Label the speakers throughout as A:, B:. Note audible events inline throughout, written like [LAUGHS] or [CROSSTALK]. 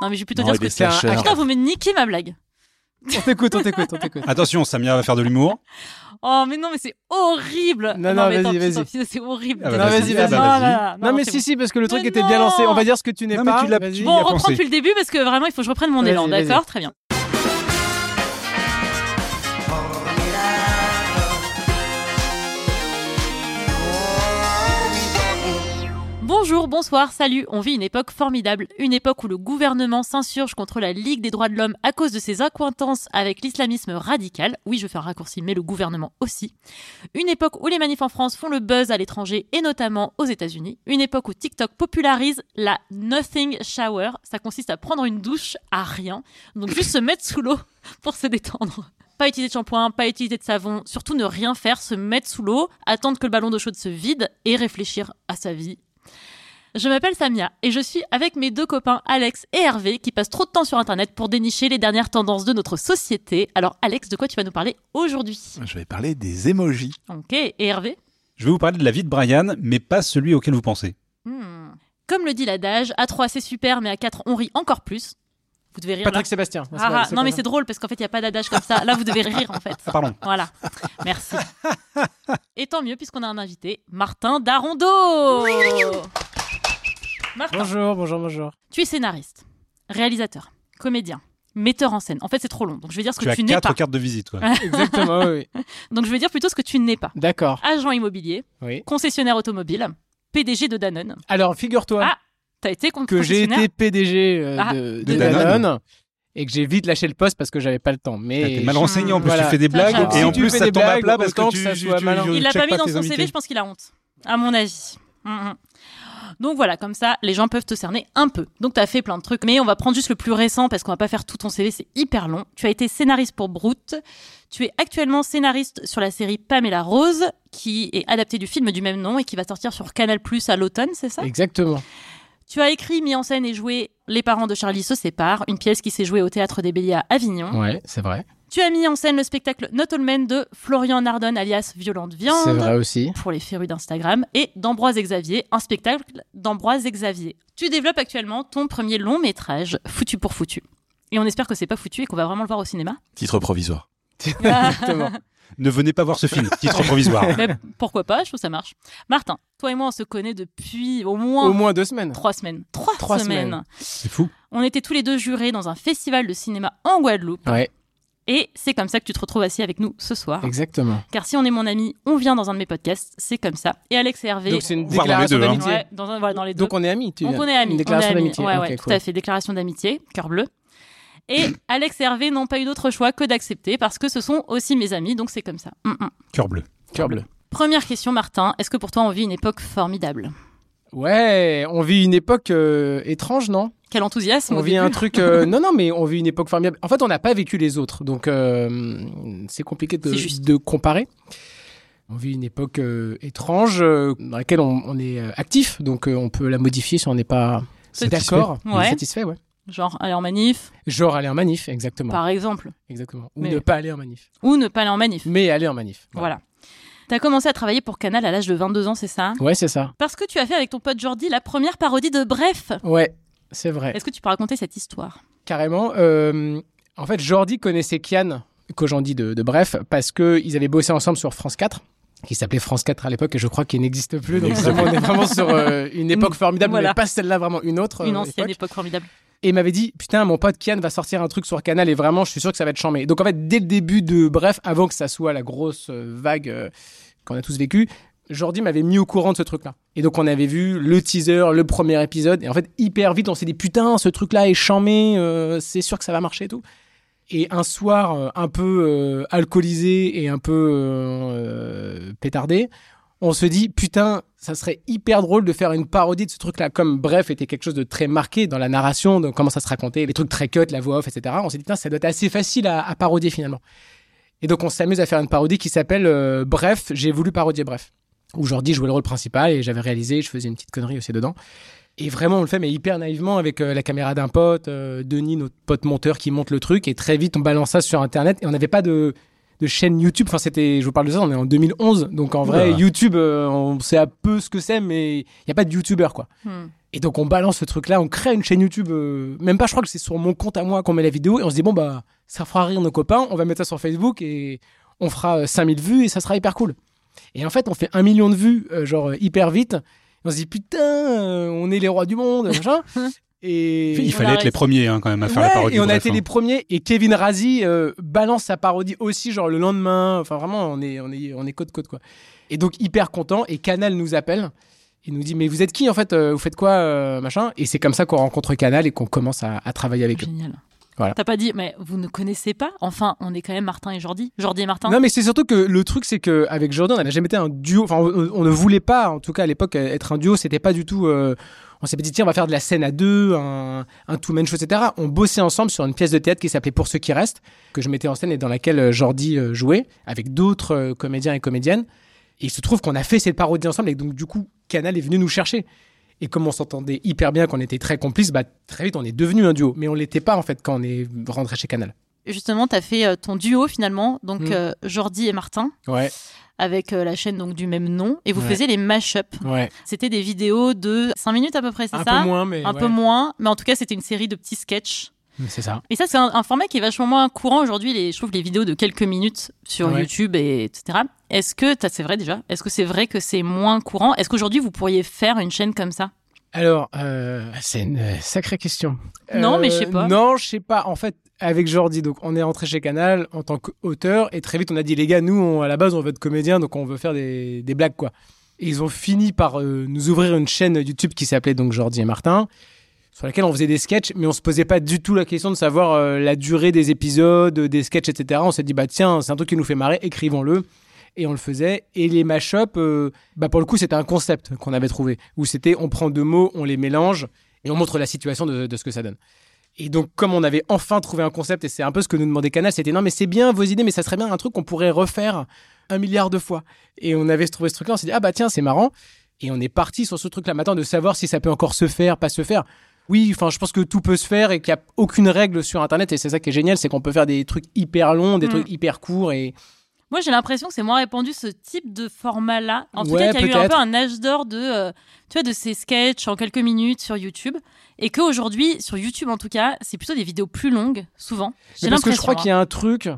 A: Non, mais je vais plutôt
B: Non,
A: dire ce
B: il
A: que
B: est
A: c'est.
B: slasher.
A: Ah, putain, vous me niquez ma blague.
C: [LAUGHS] On t'écoute, on t'écoute, on t'écoute.
B: Attention, Samia va faire de l'humour.
A: Oh, mais non, mais c'est horrible.
C: Non, non,
A: mais
C: vas-y,
A: tant pis,
C: vas-y.
A: tant pis, C'est horrible.
B: Ah,
C: bah, Non, vas-y, vas-y. vas-y.
A: Non, là,
B: Ah, bah, vas-y.
A: là,
C: Non,
A: non,
C: mais
A: c'est
C: si, si, parce que le truc
A: Mais
C: était
A: non
C: bien lancé. On va dire ce que tu hein. n'es
B: Non, mais
C: pas.
B: tu l'as-
C: Vas-y.
B: tu
A: Bon, on
B: Il a
A: reprend
B: pensé.
A: depuis le début parce que vraiment, il faut que je reprenne mon élan.
C: Vas-y, vas-y.
A: D'accord Très bien. Bonjour, bonsoir, salut. On vit une époque formidable, une époque où le gouvernement s'insurge contre la Ligue des droits de l'homme à cause de ses accointances avec l'islamisme radical. Oui, je fais un raccourci, mais le gouvernement aussi. Une époque où les manifs en France font le buzz à l'étranger et notamment aux États-Unis. Une époque où TikTok popularise la nothing shower. Ça consiste à prendre une douche à rien, donc juste se mettre sous l'eau [LAUGHS] pour se détendre. Pas utiliser de shampoing, pas utiliser de savon, surtout ne rien faire, se mettre sous l'eau, attendre que le ballon d'eau chaude se vide et réfléchir à sa vie. Je m'appelle Samia et je suis avec mes deux copains Alex et Hervé qui passent trop de temps sur Internet pour dénicher les dernières tendances de notre société. Alors Alex, de quoi tu vas nous parler aujourd'hui
B: Je vais parler des emojis.
A: Ok, et Hervé
B: Je vais vous parler de la vie de Brian, mais pas celui auquel vous pensez.
A: Hmm. Comme le dit l'adage, à 3 c'est super, mais à 4 on rit encore plus. Vous devez rire.
C: Patrick
A: là.
C: Sébastien.
A: Ah, ah, non, mais c'est drôle parce qu'en fait, il n'y a pas d'adage comme ça. Là, vous devez rire en fait.
B: Ah, pardon.
A: Voilà. Merci. Et tant mieux, puisqu'on a un invité, Martin Darondo. Martin,
C: Bonjour, bonjour, bonjour.
A: tu es scénariste, réalisateur, comédien, metteur en scène. En fait, c'est trop long, donc je vais dire ce
B: Tu
A: que
B: as
A: tu n'es
B: quatre
A: pas.
B: cartes de visite, quoi.
C: Exactement, oui. oui.
A: Donc je vais dire plutôt ce que tu n'es pas.
C: D'accord.
A: Agent immobilier,
C: Oui.
A: concessionnaire automobile, PDG de Danone.
C: Alors, figure-toi
A: Ah, T'as été con-
C: que j'ai
A: concessionnaire
C: été PDG euh,
A: Ah.
C: de,
B: De
C: de
B: Danone.
C: Danone. Ah, et que j'ai vite lâché le poste parce que j'avais pas le temps.
B: T'as-
C: Mais
B: T'es mal renseigné, en plus
C: Voilà.
B: tu fais des blagues,
A: j'avoue.
B: et en
A: Si tu
B: plus
C: fais
B: ça
C: des
B: tombe à
C: blagues,
B: plat parce
C: autant
B: que
C: que
B: tu,
C: ça
B: tu-
C: soit
B: tu-
C: malin.
B: tu
A: Il l'a
B: checkes
A: pas mis dans
B: tes
A: son CV,
B: invités.
A: je pense qu'il a honte, à mon avis. Mm, mm. Donc voilà, comme ça, les gens peuvent te cerner un peu. Donc t'as fait plein de trucs, mais on va prendre juste le plus récent parce qu'on va pas faire tout ton CV, c'est hyper long. Tu as été scénariste pour Brute. Tu es actuellement scénariste sur la série Pamela Rose, qui est adaptée du film du même nom et qui va sortir sur Canal Plus à l'automne, c'est ça
C: Exactement.
A: Tu as écrit, mis en scène et joué Les parents de Charlie se séparent, une pièce qui s'est jouée au théâtre des Béliers à Avignon.
C: Ouais, c'est vrai.
A: Tu as mis en scène le spectacle Not All Men de Florian Nardone alias Violente Viande
C: C'est vrai aussi.
A: pour les férus d'Instagram, et d'Ambroise Xavier, un spectacle d'Ambroise Xavier. Tu développes actuellement ton premier long métrage, Foutu pour Foutu. Et on espère que c'est pas foutu et qu'on va vraiment le voir au cinéma.
D: Titre provisoire.
C: [LAUGHS] Exactement.
B: Ne venez pas voir ce
C: [LAUGHS]
B: film, titre provisoire.
A: Mais pourquoi pas, je trouve que ça marche. Martin, toi et moi, on se connaît depuis [LAUGHS] au moins,
C: Au moins deux semaines.
A: trois semaines. Trois,
C: Trois
A: semaines.
C: semaines.
B: C'est fou.
A: On était tous les deux jurés dans un festival de cinéma en Guadeloupe.
C: Ouais,
A: Et c'est comme ça que tu te retrouves assis avec nous ce soir.
C: exactement.
A: Car si on est mon ami, on vient dans un de mes podcasts. C'est comme ça. Et Alex et Hervé.
C: Donc c'est une
B: Voire dans les
C: déclaration
B: deux, hein.
C: d'amitié.
A: Ouais, dans, un- voilà, dans les deux.
C: Donc on est amis, tu
A: Donc
C: viens.
A: on est amis.
C: Une
A: on est
C: déclaration
A: amis.
C: d'amitié.
A: Ouais,
C: Ok,
A: ouais, tout
C: cool.
A: à fait. Déclaration d'amitié, cœur bleu.
C: [CLEARS THROAT]
A: Et Alex et Hervé n'ont pas eu d'autre choix que d'accepter parce que ce sont aussi mes amis, donc c'est comme ça. Mm, mm.
B: Cœur bleu.
C: Cœur bleu.
A: Première question, Martin. Est-ce que pour toi on vit une époque formidable
C: Ouais, on vit une époque euh, étrange, non
A: Quel enthousiasme
C: On
A: au
C: vit un
A: début. [LAUGHS]
C: truc. euh, non, non, mais on vit une époque formidable. En fait, on n'a pas vécu les autres, donc euh, c'est compliqué de,
A: C'est juste.
C: de comparer. On vit une époque euh, étrange euh, dans laquelle on, on est euh, actif, donc euh, on peut la modifier si on n'est pas
B: Satisfait.
C: d'accord,
A: Ouais.
C: satisfait, ouais.
A: Genre aller en manif,
C: Genre aller en manif, exactement,
A: par exemple,
C: exactement, ou
A: Mais-
C: ne pas aller en manif,
A: ou ne pas aller en manif.
C: mais aller en manif.
A: Voilà. T'as commencé à travailler pour Canal à l'âge de 22 ans, c'est ça
C: Ouais, c'est ça.
A: Parce que tu as fait avec ton pote Jordi la première parodie de Bref.
C: Ouais, c'est vrai.
A: Est-ce que tu peux raconter cette histoire
C: Carrément. Euh, en fait, Jordi connaissait Kian, Kojandi de, de Bref, parce qu'ils avaient bossé ensemble sur France 4 qui s'appelait France 4 à l'époque et je crois qu'il n'existe plus. Donc
B: N'existe
C: vraiment, on est vraiment sur euh,
A: [LAUGHS]
C: une époque formidable,
A: Voilà.
C: mais pas celle-là, vraiment une autre.
A: Une
C: euh,
A: ancienne
C: époque.
A: époque formidable.
C: Et il m'avait dit, putain, mon pote Kian va sortir un truc sur Canal et vraiment, je suis sûr que ça va être chambé. Donc en fait, dès le début de Bref, avant que ça soit la grosse euh, vague euh, qu'on a tous vécue, Jordi m'avait mis au courant de ce truc-là. Et donc on avait vu le teaser, le premier épisode, et en fait, hyper vite, on s'est dit, putain, ce truc-là est chambé, euh, c'est sûr que ça va marcher et tout. Et un soir, euh, un peu euh, alcoolisé et un peu euh, euh, pétardé, on se dit, putain, ça serait hyper drôle de faire une parodie de ce truc-là. Comme Bref était quelque chose de très marqué dans la narration, de comment ça se racontait, les trucs très cut, la voix off, etc. On s'est dit, putain, ça doit être assez facile à, à parodier finalement. Et donc, on s'amuse à faire une parodie qui s'appelle euh, Bref, j'ai voulu parodier Bref. Où Jordi jouait le rôle principal et j'avais réalisé, je faisais une petite connerie aussi dedans. Et vraiment, on le fait, mais hyper naïvement, avec euh, la caméra d'un pote, euh, Denis, notre pote monteur qui monte le truc. Et très vite, on balance ça sur Internet. Et on n'avait pas de, de chaîne YouTube. Enfin, c'était, je vous parle de ça, on est en 2011. Donc, en vrai,
B: Oula.
C: YouTube, euh, on sait à peu ce que c'est, mais il n'y a pas de YouTuber, quoi.
A: Hmm.
C: Et donc on balance ce truc-là, on crée une chaîne YouTube, euh, même pas, je crois que c'est sur mon compte à moi qu'on met la vidéo, et on se dit, bon, bah, ça fera rire nos copains, on va mettre ça sur Facebook, et on fera euh, 5000 vues, et ça sera hyper cool. Et en fait, on fait un million de vues, euh, genre euh, hyper vite, et on se dit, putain, euh, on est les rois du monde, machin. et...
B: Il
A: on
B: fallait être
A: arrête.
B: les premiers hein, quand même à faire la
C: Ouais,
B: parodie.
C: Et on a
B: bref,
C: été
B: hein.
C: les premiers. Et Kevin Razi euh, balance sa parodie aussi, genre le lendemain. Enfin, vraiment, on est, on est, on est côte côte quoi. Et donc hyper content. Et Canal nous appelle. Il nous dit mais vous êtes qui en fait euh, Vous faites quoi euh, machin Et c'est comme ça qu'on rencontre Canal et qu'on commence à, à travailler avec eux.
A: Génial.
C: Voilà.
A: T'as pas dit, mais vous ne connaissez pas Enfin, on est quand même Martin et Jordi. Jordi et Martin.
C: Non mais c'est surtout que le truc c'est que avec Jordan on n'a jamais été un duo. Enfin on, on ne voulait pas en tout cas à l'époque être un duo. C'était pas du tout. euh, on s'est pas dit tiens on va faire de la scène à deux, un, un two man show etc. On bossait ensemble sur une pièce de théâtre qui s'appelait Pour ceux qui restent que je mettais en scène et dans laquelle euh, Jordi euh, jouait avec d'autres euh, comédiens et comédiennes. Et il se trouve qu'on a fait cette parodie ensemble et donc du coup Canal est venu nous chercher. Et comme on s'entendait hyper bien, qu'on était très complices, bah, très vite on est devenu un duo. Mais on l'était pas en fait quand on est rentré chez Canal.
A: Justement, t'as fait euh, ton duo finalement, donc
C: Mm.
A: euh, Jordi et Martin,
C: Ouais,
A: avec euh, la chaîne donc du même nom, et vous
C: Ouais.
A: faisiez les mash-up.
C: ouais.
A: C'était des vidéos de 5 minutes à peu près, c'est
C: Un
A: ça
C: peu moins, mais
A: Un peu moins, mais en tout cas, c'était une série de petits sketchs.
C: C'est ça.
A: Et ça, c'est un, un format qui est vachement moins courant aujourd'hui. Les, je trouve les vidéos de quelques minutes sur
C: Ouais.
A: YouTube et etc. Est-ce que t'as- c'est vrai déjà Est-ce que c'est vrai que c'est moins courant Est-ce qu'aujourd'hui vous pourriez faire une chaîne comme ça
C: Alors, euh, c'est une euh, sacrée question. Euh,
A: Non, mais je sais pas.
C: Non, je sais pas. En fait, avec Jordi, donc on est rentré chez Canal en tant qu'auteur et très vite on a dit les gars, nous on- à la base on veut être comédien, donc on veut faire des, des blagues quoi. Et ils ont fini par euh, nous ouvrir une chaîne YouTube qui s'appelait donc Jordi et Martin, sur laquelle on faisait des sketchs, mais on se posait pas du tout la question de savoir euh, la durée des épisodes, des sketchs, etc. On s'est dit bah tiens, c'est un truc qui nous fait marrer, écrivons-le. Et on le faisait. Et les mashups, euh, bah pour le coup, c'était un concept qu'on avait trouvé, où c'était on prend deux mots, on les mélange et on montre la situation de, de ce que ça donne. Et donc, comme on avait enfin trouvé un concept, et c'est un peu ce que nous demandait Canal, c'était non, mais c'est bien vos idées, mais ça serait bien un truc qu'on pourrait refaire un milliard de fois. Et on avait trouvé ce truc-là, on s'est dit, ah bah tiens, c'est marrant. Et on est parti sur ce truc-là maintenant de savoir si ça peut encore se faire, pas se faire. Oui, enfin, je pense que tout peut se faire et qu'il n'y a aucune règle sur Internet. Et c'est ça qui est génial, c'est qu'on peut faire des trucs hyper longs, des
A: Mm.
C: trucs hyper courts. Et
A: Moi, j'ai l'impression que c'est moins répandu ce type de format-là. En tout
C: Ouais,
A: cas, qu'il y a eu un
C: peut-être.
A: peu un âge d'or de, euh, tu vois, de ces sketchs en quelques minutes sur YouTube, et qu'aujourd'hui, sur YouTube en tout cas, c'est plutôt des vidéos plus longues, souvent. J'ai
C: Mais parce que
A: l'impression.
C: je
A: hein.
C: crois qu'il y a un truc.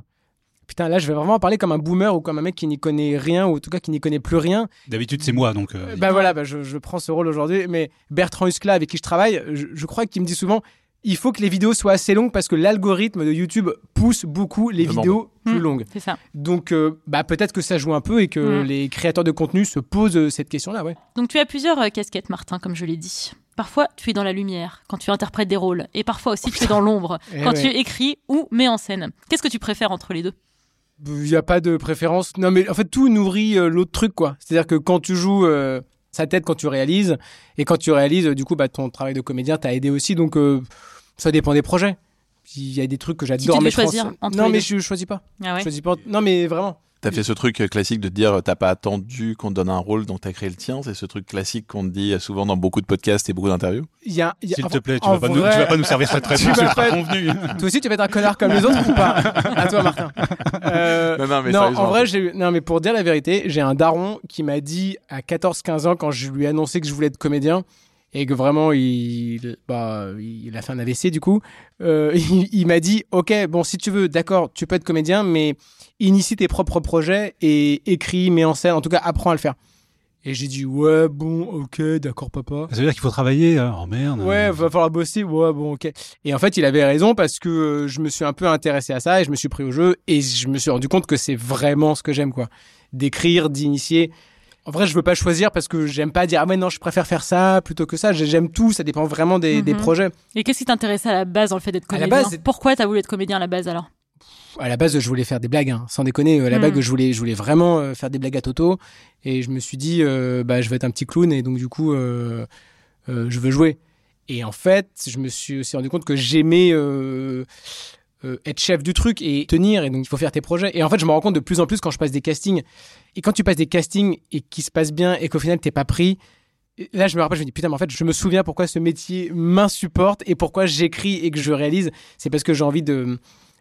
C: Putain, là, je vais vraiment parler comme un boomer ou comme un mec qui n'y connaît rien, ou en tout cas qui n'y connaît plus rien.
B: D'habitude, c'est moi donc. euh,
C: Bah voilà, bah je, je prends ce rôle aujourd'hui. Mais Bertrand Huskla, avec qui je travaille, je, je crois qu'il me dit souvent il faut que les vidéos soient assez longues parce que l'algorithme de YouTube pousse beaucoup les
D: Demande.
C: vidéos plus
A: Hmm.
C: longues.
A: hein. C'est ça.
C: Donc euh, bah peut-être que ça joue un peu et que
A: Hmm.
C: les créateurs de contenu se posent euh, cette question-là, ouais.
A: Donc tu as plusieurs euh, casquettes, Martin, comme je l'ai dit. Parfois, tu es dans la lumière quand tu interprètes des rôles, et parfois aussi tu es dans l'ombre
C: Eh
A: quand
C: ouais.
A: tu écris ou mets en scène. Qu'est-ce que tu préfères entre les deux
C: Il n'y a pas de préférence. Non, mais en fait, tout nourrit euh, l'autre truc, quoi. C'est-à-dire que quand tu joues euh, sa tête, quand tu réalises, et quand tu réalises, euh, du coup, bah, ton travail de comédien t'a aidé aussi. Donc, euh, ça dépend des projets. Il y a des trucs que j'adore.
A: devais
C: mais je pense-
A: choisir entre
C: Non,
A: les
C: mais
A: deux.
C: je choisis pas.
A: Ah ouais.
C: Je choisis pas. Non, mais vraiment.
D: T'as fait ce truc euh, classique de te dire euh, t'as pas attendu qu'on te donne un rôle donc t'as créé le tien. C'est ce truc classique qu'on te dit euh, souvent dans beaucoup de podcasts et beaucoup d'interviews.
C: Il y a. il y a-
B: S'il te
C: enfin,
B: plaît, tu
C: en
B: vas, pas nous, tu
C: vrai-
B: vas pas nous servir cette
C: [LAUGHS]
B: réponse,
C: vas
B: c'est pas
C: pas-
B: convenu.
C: Toi aussi, tu vas être un connard comme les autres ou pas À
B: [LAUGHS]
C: toi, Martin. Euh,
D: Non, non, mais
C: non,
D: sérieusement.
C: en vrai, j'ai eu- non, mais pour dire la vérité, j'ai un daron qui m'a dit à 14-15 ans, quand je lui ai annoncé que je voulais être comédien, et que vraiment, il, bah, il a fait un AVC du coup, euh, [LAUGHS] il, il m'a dit Ok, bon, si tu veux, d'accord, tu peux être comédien, mais initie tes propres projets et écris, mets en scène, en tout cas, apprends à le faire. Et j'ai dit Ouais, bon, ok, d'accord, papa.
B: Ça veut dire qu'il faut travailler. euh, Oh merde.
C: Ouais, va falloir bosser. Ouais, bon, ok. Et en fait, il avait raison parce que euh, je me suis un peu intéressé à ça et je me suis pris au jeu et je me suis rendu compte que c'est vraiment ce que j'aime, quoi. D'écrire, d'initier. En vrai, je veux pas choisir parce que j'aime pas dire, ah ouais, non, je préfère faire ça plutôt que ça. J'ai- J'aime tout. Ça dépend vraiment des, des
A: Mhm.
C: projets.
A: Et qu'est-ce qui t'intéressait à la base dans le fait d'être
C: À la
A: comédien
C: base, c'est-
A: Pourquoi t'as voulu être comédien à la base alors
C: à la base je voulais faire des blagues hein. sans déconner euh, à la
A: Mm.
C: base je voulais je voulais vraiment euh, faire des blagues à Toto et je me suis dit euh, bah je vais être un petit clown et donc du coup euh, euh, je veux jouer et en fait je me suis aussi rendu compte que j'aimais euh, euh, être chef du truc et tenir et donc il faut faire tes projets et en fait je me rends compte de plus en plus quand je passe des castings et quand tu passes des castings et qui se passent bien et qu'au final t'es pas pris et Là, je me rappelle, je me dis putain, mais en fait, je me souviens pourquoi ce métier m'insupporte et pourquoi j'écris et que je réalise. C'est parce que j'ai envie de,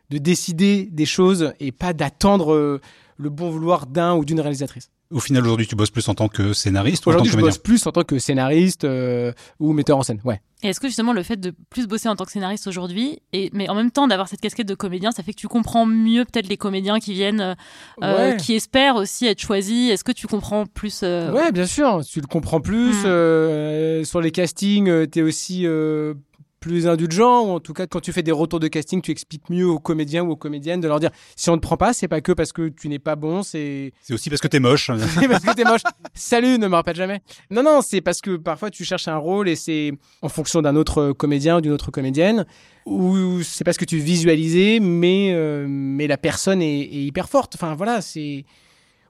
C: de décider des choses et pas d'attendre euh, le bon vouloir d'un ou d'une réalisatrice.
B: Au final, aujourd'hui, tu bosses plus en tant que scénariste ou en tant
C: Aujourd'hui,
B: que
C: je
B: comédien
C: bosse plus en tant que scénariste euh, ou metteur en scène. Ouais.
A: Et est-ce que justement le fait de plus bosser en tant que scénariste aujourd'hui, et mais en même temps d'avoir cette casquette de comédien, ça fait que tu comprends mieux peut-être les comédiens qui viennent, euh,
C: Ouais.
A: qui espèrent aussi être choisis Est-ce que tu comprends plus euh,
C: Ouais, bien sûr, tu le comprends plus.
A: Mm.
C: euh, sur les castings, euh, t'es aussi euh, plus indulgent. Ou en tout cas, quand tu fais des retours de casting, tu expliques mieux aux comédiens ou aux comédiennes de leur dire si on ne te prend pas, c'est pas que parce que tu n'es pas bon, c'est
B: C'est aussi parce que t'es moche.
C: c'est [LAUGHS] parce que t'es moche. Salut, ne me rappelle jamais. Non, non, c'est parce que parfois tu cherches un rôle et c'est en fonction d'un autre euh, comédien ou d'une autre comédienne, ou c'est parce que tu visualisais, mais, euh, mais la personne est, est hyper forte. Enfin voilà, c'est.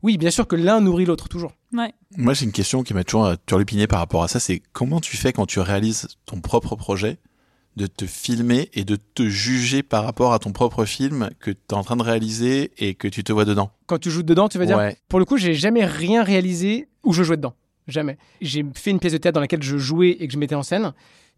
C: Oui, bien sûr que l'un nourrit l'autre toujours.
D: Moi, j'ai une question qui m'a toujours euh, turlupiné par rapport à ça. C'est comment tu fais quand tu réalises ton propre projet de te filmer et de te juger par rapport à ton propre film que tu es en train de réaliser et que tu te vois dedans
C: Quand tu joues dedans, tu vas dire.
D: Ouais.
C: Pour le coup, j'ai jamais rien réalisé où je jouais dedans. Jamais. J'ai fait une pièce de théâtre dans laquelle je jouais et que je mettais en scène.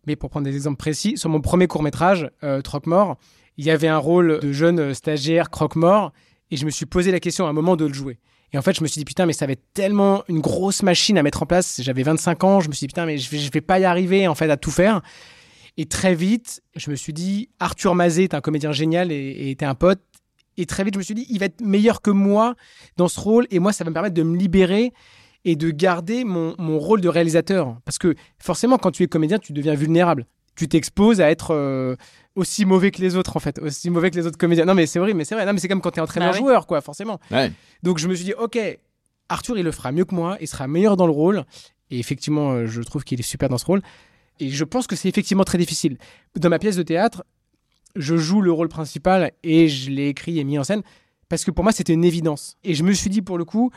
C: Mais pour prendre des exemples précis, sur mon premier court métrage, euh, Croque-Mort, il y avait un rôle de jeune euh, stagiaire Croque-Mort et je me suis posé la question à un moment de le jouer. Et en fait, je me suis dit, putain, mais ça va être tellement une grosse machine à mettre en place. J'avais 25 ans, je me suis dit, putain, mais je vais, je vais pas y arriver, en fait, à tout faire. Et très vite, je me suis dit, Arthur Mazet est un comédien génial et- et était un pote. Et très vite, je me suis dit, il va être meilleur que moi dans ce rôle et moi ça va me permettre de me libérer et de garder mon, mon rôle de réalisateur parce que forcément quand tu es comédien tu deviens vulnérable tu t'exposes à être euh, aussi mauvais que les autres en fait aussi mauvais que les autres comédiens non mais c'est vrai mais c'est vrai non mais c'est comme quand tu es entraîneur joueur quoi forcément
D: Ouais.
C: donc je me suis dit ok Arthur il le fera mieux que moi il sera meilleur dans le rôle et effectivement euh, je trouve qu'il est super dans ce rôle et je pense que c'est effectivement très difficile dans ma pièce de théâtre je joue le rôle principal et je l'ai écrit et mis en scène parce que pour moi c'était une évidence. Et je me suis dit pour le coup,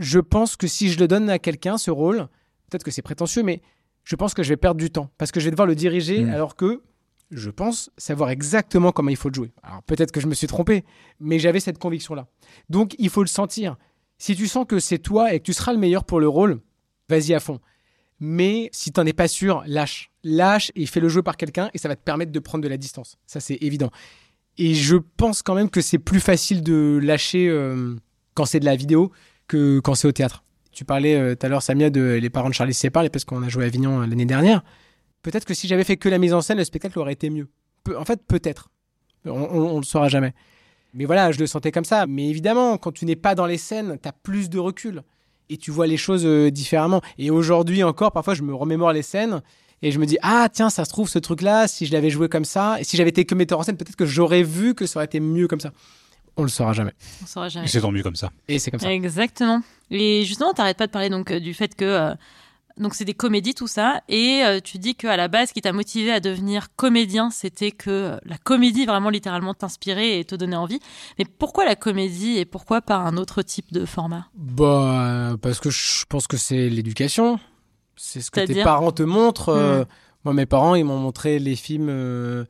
C: je pense que si je le donne à quelqu'un ce rôle, peut-être que c'est prétentieux, mais je pense que je vais perdre du temps parce que je vais devoir le diriger
D: Mm.
C: alors que je pense savoir exactement comment il faut le jouer. Alors peut-être que je me suis trompé, mais j'avais cette conviction-là. Donc il faut le sentir. Si tu sens que c'est toi et que tu seras le meilleur pour le rôle, vas-y à fond. Mais si t'en es pas sûr, lâche. Lâche et fais le jeu par quelqu'un et ça va te permettre de prendre de la distance. Ça, c'est évident. Et je pense quand même que c'est plus facile de lâcher euh, quand c'est de la vidéo que quand c'est au théâtre. Tu parlais euh, tout à l'heure, Samia, de Les parents de Charlie se séparent, et parce qu'on a joué à Avignon euh, l'année dernière. Peut-être que si j'avais fait que la mise en scène, le spectacle aurait été mieux. Peu- en fait, peut-être. On, on, on le saura jamais. Mais voilà, je le sentais comme ça. Mais évidemment, quand tu n'es pas dans les scènes, tu as plus de recul et tu vois les choses euh, différemment. Et aujourd'hui encore, parfois, je me remémore les scènes et je me dis ah tiens, ça se trouve ce truc-là, si je l'avais joué comme ça, et si j'avais été que metteur en scène, peut-être que j'aurais vu que ça aurait été mieux comme ça. On le saura jamais.
A: On saura jamais.
B: Et c'est tant mieux comme ça.
C: Et c'est comme ça.
A: Exactement. Et justement, t'arrêtes pas de parler donc euh, du fait que euh, donc c'est des comédies tout ça, et euh, tu dis que à la base, ce qui t'a motivé à devenir comédien, c'était que euh, la comédie vraiment littéralement t'inspirait et te donnait envie. Mais pourquoi la comédie et pourquoi pas un autre type de format
C: Bah, euh, parce que je pense que c'est l'éducation. C'est ce que tes
A: C'est-à-dire
C: parents te montrent. Euh, Moi, mes parents, ils m'ont montré les films euh,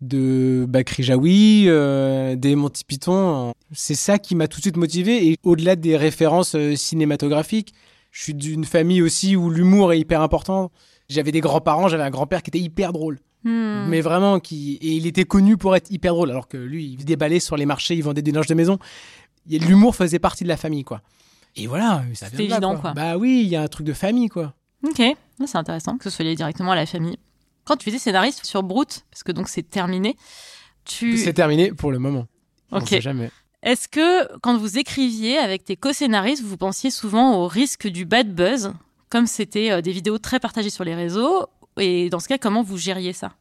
C: de Bakri Jaoui, euh, des Monty Python. C'est ça qui m'a tout de suite motivé. Et au-delà des références euh, cinématographiques, je suis d'une famille aussi où l'humour est hyper important. J'avais des grands-parents, j'avais un grand-père qui était hyper drôle.
A: Hmm.
C: Mais vraiment, qui... et il était connu pour être hyper drôle, alors que lui, il déballait sur les marchés, il vendait des linges de maison. Et L'humour faisait partie de la famille, quoi. Et voilà, ça vient
A: C'était
C: de là,
A: évident, quoi.
C: Bah oui, il y a un truc de famille, quoi.
A: Ok, Là, c'est intéressant que ce soit lié directement à la famille. Quand tu faisais scénariste sur Brute, parce que donc c'est terminé, tu
C: C'est terminé pour le moment. On
A: Mmh. Ok.
C: sait jamais.
A: Est-ce que quand vous écriviez avec tes co-scénaristes, vous pensiez souvent au risque du bad buzz, comme c'était euh, des vidéos très partagées sur les réseaux Et dans ce cas, comment vous gériez ça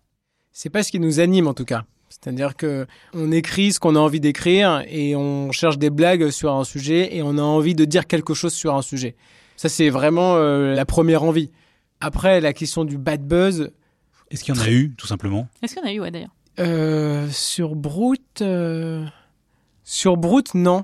C: C'est pas ce qui nous anime, en tout cas. C'est-à-dire que on écrit ce qu'on a envie d'écrire et on cherche des blagues sur un sujet et on a envie de dire quelque chose sur un sujet. Ça, c'est vraiment euh, la première envie. Après, la question du bad buzz,
B: Est-ce qu'il y en a eu, tout simplement
A: Est-ce qu'on a eu, ouais, d'ailleurs
C: Euh, sur Brute, euh, sur Brute, non.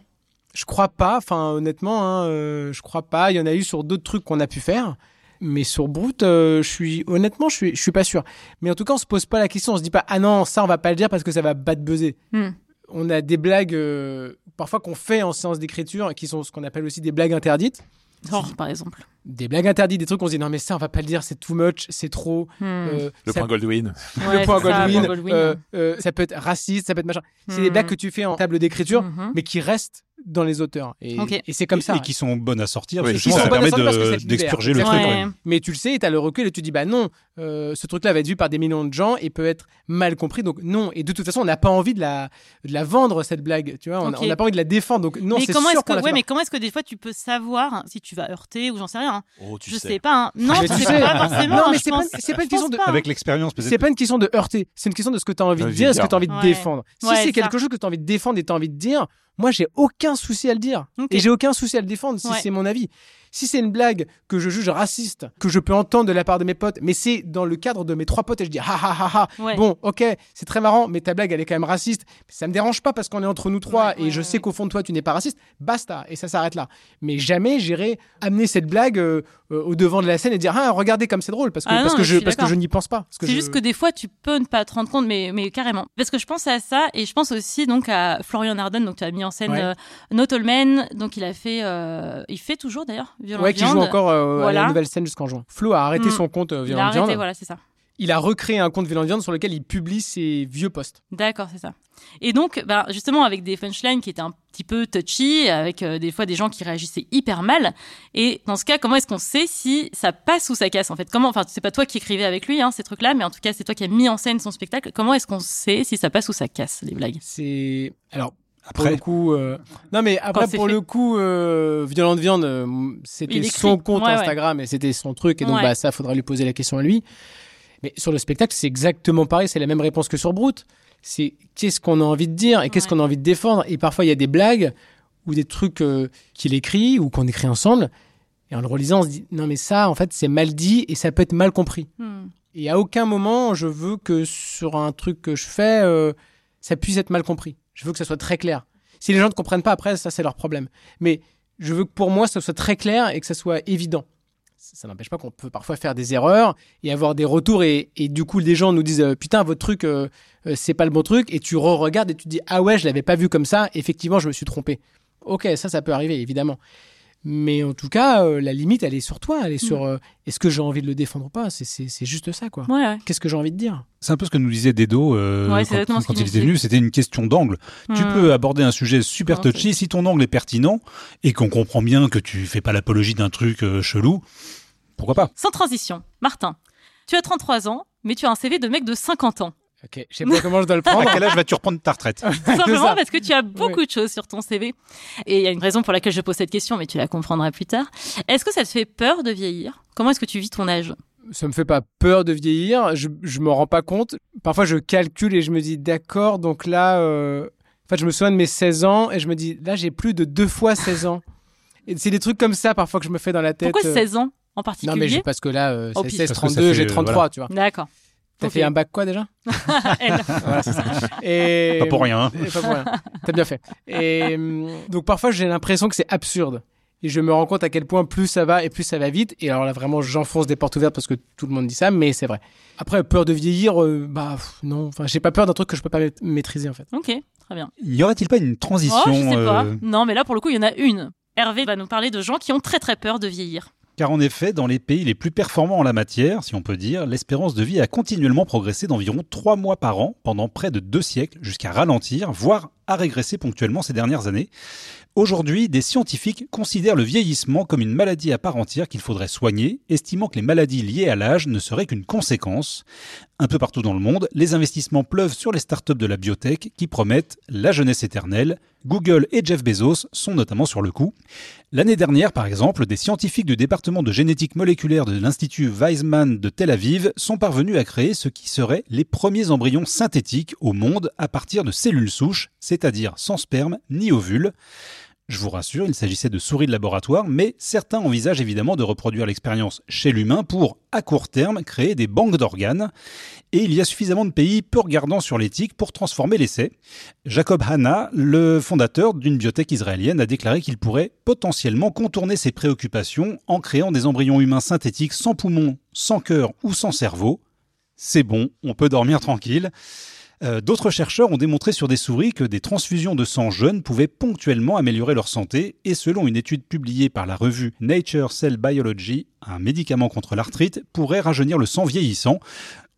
C: Je crois pas. Enfin, honnêtement, hein, euh, je crois pas. Il y en a eu sur d'autres trucs qu'on a pu faire, mais sur Brute, euh, je suis honnêtement, je suis, je suis pas sûr. Mais en tout cas, on se pose pas la question. On se dit pas, ah non, ça, on va pas le dire parce que ça va bad buzzer.
A: Hmm.
C: On a des blagues euh, parfois qu'on fait en séance d'écriture qui sont ce qu'on appelle aussi des blagues interdites.
A: Genre, par exemple.
C: des blagues interdites, des trucs on se dit non mais ça on va pas le dire, c'est too much, c'est trop.
A: Hmm.
C: euh,
D: Le
C: ça-
D: point Goldwyn.
C: le
A: Ouais,
C: point
A: c'est ça,
C: Godwin,
A: point Godwin.
C: euh, euh, ça peut être raciste, ça peut être machin. C'est des
A: Hmm.
C: blagues que tu fais en table d'écriture,
A: Mhm.
C: mais qui restent dans les auteurs. Et,
A: Ok.
C: et c'est comme
B: et,
C: ça.
B: Et qui sont bonnes à sortir,
D: Oui,
B: parce
D: qui
B: que
D: sont
B: ça
C: bonnes à
B: permet
C: sortir parce que ça
B: de-
C: libère.
B: d'expurger le
C: Ouais.
B: truc.
A: Ouais.
C: Mais tu le sais, tu as le recul et tu dis bah non, euh, ce truc-là va être vu par des millions de gens et peut être mal compris, donc non. Et de toute façon, on n'a pas envie de la, de la vendre cette blague, tu vois. On
A: Ok.
C: n'a pas envie de la défendre, donc non,
A: mais
C: c'est
A: comment
C: sûr
A: est-ce que,
C: qu'on la fait
A: ouais, mais comment est-ce que des fois tu peux savoir hein, si tu vas heurter ou j'en sais rien hein.
D: Oh, tu
A: Je
D: sais.
A: sais pas. hein. Non,
C: Mais
A: tu
C: tu
A: sais
C: sais.
A: pas forcément.
C: Non,
A: hein,
C: mais
A: je
C: c'est pas-
A: pense.
C: c'est pas une
A: Je
C: question
A: pense
C: de-
A: pas, hein.
B: Avec l'expérience,
C: C'est
B: peut-être.
C: pas une question de heurter, c'est une question de ce que tu as envie de
D: Envie de
C: dire, ce que
D: dire.
C: tu as envie de
A: Ouais.
C: défendre. Si
A: Ouais,
C: c'est
A: ça.
C: quelque chose que tu as envie de défendre et tu as envie de dire, moi j'ai aucun souci à le dire.
A: Ok.
C: Et j'ai aucun souci à le défendre si
A: Ouais.
C: c'est mon avis. Si c'est une blague que je juge raciste, que je peux entendre de la part de mes potes, mais c'est dans le cadre de mes trois potes et je dis ha ha ha ha,
A: Ouais.
C: bon ok, c'est très marrant, mais ta blague elle est quand même raciste, ça me dérange pas parce qu'on est entre nous trois
A: Ouais,
C: et
A: ouais,
C: je
A: ouais,
C: sais
A: ouais.
C: qu'au fond de toi tu n'es pas raciste, basta, et ça s'arrête là. Mais jamais j'irai amener cette blague euh, euh, au devant de la scène et dire ah regardez comme c'est drôle parce que,
A: Ah non,
C: parce, que
A: mais je
C: je,
A: suis
C: parce que
A: d'accord.
C: je n'y pense pas. parce
A: C'est
C: je-
A: juste que des fois, tu peux ne pas te rendre compte, mais, mais carrément. Parce que je pense à ça, et je pense aussi donc à Florian Arden, donc tu as mis en scène
C: Ouais.
A: euh, Not All Men, donc il a fait, euh, il fait toujours d'ailleurs, Violent
C: Ouais, qui joue
A: Viande.
C: encore euh, à
A: Voilà.
C: la nouvelle scène jusqu'en juin. Flo a arrêté
A: Mm.
C: son compte euh,
A: Il a
C: Violent
A: arrêté,
C: Viande.
A: voilà, c'est ça.
C: Il a recréé un compte Violent Viande sur lequel il publie ses vieux posts.
A: D'accord, c'est ça. Et donc, bah, justement, avec des punchlines qui étaient un petit peu touchy, avec euh, des fois des gens qui réagissaient hyper mal. Et dans ce cas, comment est-ce qu'on sait si ça passe ou ça casse en fait Comment Enfin, c'est pas toi qui écrivais avec lui hein, ces trucs-là, mais en tout cas, c'est toi qui as mis en scène son spectacle. Comment est-ce qu'on sait si ça passe ou ça casse les blagues
C: C'est alors pour
B: Après,
C: le coup euh, non mais après
A: Quand c'est
C: pour
A: fait.
C: le coup euh, Violent Viande euh, c'était
A: Il écrit.
C: son compte
A: Ouais, ouais.
C: Instagram et c'était son truc et donc
A: Ouais.
C: bah ça faudra lui poser la question à lui. Mais sur le spectacle, c'est exactement pareil, c'est la même réponse que sur Brute. C'est qu'est-ce qu'on a envie de dire et qu'est-ce
A: Ouais.
C: qu'on a envie de défendre et parfois il y a des blagues ou des trucs euh, qu'il écrit ou qu'on écrit ensemble et en le relisant on se dit non mais ça en fait c'est mal dit et ça peut être mal compris.
A: Hmm.
C: Et à aucun moment, je veux que sur un truc que je fais, euh, ça puisse être mal compris. Je veux que ça soit très clair. Si les gens ne comprennent pas après, ça, c'est leur problème. Mais je veux que pour moi, ça soit très clair et que ça soit évident. Ça, ça n'empêche pas qu'on peut parfois faire des erreurs et avoir des retours. Et, et du coup, les gens nous disent euh, Putain, votre truc, euh, euh, c'est pas le bon truc. Et tu re-regardes et tu te dis Ah ouais, je l'avais pas vu comme ça. Effectivement, je me suis trompé. Ok, ça, ça peut arriver, évidemment. Mais en tout cas, euh, la limite, elle est sur toi. Elle est sur euh, est-ce que j'ai envie de le défendre ou pas C'est- C'est c'est juste ça, quoi.
A: Ouais, ouais.
C: Qu'est-ce que j'ai envie de dire
B: c'est un peu ce que nous disait Dedo euh,
A: Ouais, c'est
B: quand,
A: exactement ce
B: quand
A: qu'il
B: il
A: nous
B: était
A: disait.
B: venu. C'était une question d'angle. Tu
A: Hmm.
B: peux aborder un sujet super
A: Non,
B: touchy si ton angle est pertinent et qu'on comprend bien que tu fais pas l'apologie d'un truc euh, chelou. Pourquoi pas
A: Sans transition, Martin, tu as 33 ans, mais tu as un CV de mec de 50
C: [LAUGHS]
A: ans.
C: Ok, je sais pas comment je dois le prendre.
B: À quel âge vas-tu reprendre ta retraite
A: Tout simplement
C: ça.
A: parce que tu as beaucoup de choses sur ton CV. Et il y a une raison pour laquelle je pose cette question, mais tu la comprendras plus tard. Est-ce que ça te fait peur de vieillir Comment est-ce que tu vis ton âge
C: Ça me fait pas peur de vieillir, je, je m'en rends pas compte. Parfois, je calcule et je me dis, d'accord, donc là, euh, en fait, je me souviens de mes 16 ans et je me dis, là, j'ai plus de deux fois 16 ans. Et c'est des trucs comme ça, parfois, que je me fais dans la tête.
A: Pourquoi
C: euh,
A: 16 ans en
C: Non, mais je-
A: particulier
C: parce que là, euh,
A: Oh,
C: c'est
A: pis.
C: 16,
B: Parce que ça
C: 32, j'ai
B: fait,
C: 33, tu vois.
A: D'accord.
C: T'as
A: Ok.
C: fait un bac quoi déjà
A: [LAUGHS] Elle. [LAUGHS]
C: Voilà, c'est ça. Et...
B: Pas pour rien. hein.
C: Et pas pour rien. T'as bien fait. Et hum, donc parfois j'ai l'impression que c'est absurde. Et je me rends compte à quel point plus ça va et plus ça va vite. Et alors là vraiment j'enfonce des portes ouvertes parce que tout le monde dit ça, mais c'est vrai. Après peur de vieillir, euh, bah pff, non. Enfin j'ai pas peur d'un truc que je peux pas ma- maîtriser en fait.
A: Ok, très bien.
B: N'y aurait-il pas une transition
A: oh, je sais pas.
B: euh,
A: Non, mais là, pour le coup, il y en a une. Hervé va nous parler de gens qui ont très très peur de vieillir.
B: Car en effet, dans les pays les plus performants en la matière, si on peut dire, l'espérance de vie a continuellement progressé d'environ 3 mois par an pendant près de deux siècles, jusqu'à ralentir, voire à régresser ponctuellement ces dernières années. Aujourd'hui, des scientifiques considèrent le vieillissement comme une maladie à part entière qu'il faudrait soigner, estimant que les maladies liées à l'âge ne seraient qu'une conséquence. Un peu partout dans le monde, les investissements pleuvent sur les startups de la biotech qui promettent la jeunesse éternelle. Google et Jeff Bezos sont notamment sur le coup. L'année dernière, par exemple, des scientifiques du département de génétique moléculaire de l'Institut Weizmann de Tel Aviv sont parvenus à créer ce qui serait les premiers embryons synthétiques au monde à partir de cellules souches, c'est-à-dire sans sperme ni ovule. Je vous rassure, il s'agissait de souris de laboratoire, mais certains envisagent évidemment de reproduire l'expérience chez l'humain pour, à court terme, créer des banques d'organes. Et il y a suffisamment de pays peu regardants sur l'éthique pour transformer l'essai. Jacob Hanna, le fondateur d'une biotech israélienne, a déclaré qu'il pourrait potentiellement contourner ses préoccupations en créant des embryons humains synthétiques sans poumons, sans cœur ou sans cerveau. C'est bon, on peut dormir tranquille. Euh, D'autres chercheurs ont démontré sur des souris que des transfusions de sang jeune pouvaient ponctuellement améliorer leur santé, et selon une étude publiée par la revue Nature Cell Biology, un médicament contre l'arthrite pourrait rajeunir le sang vieillissant.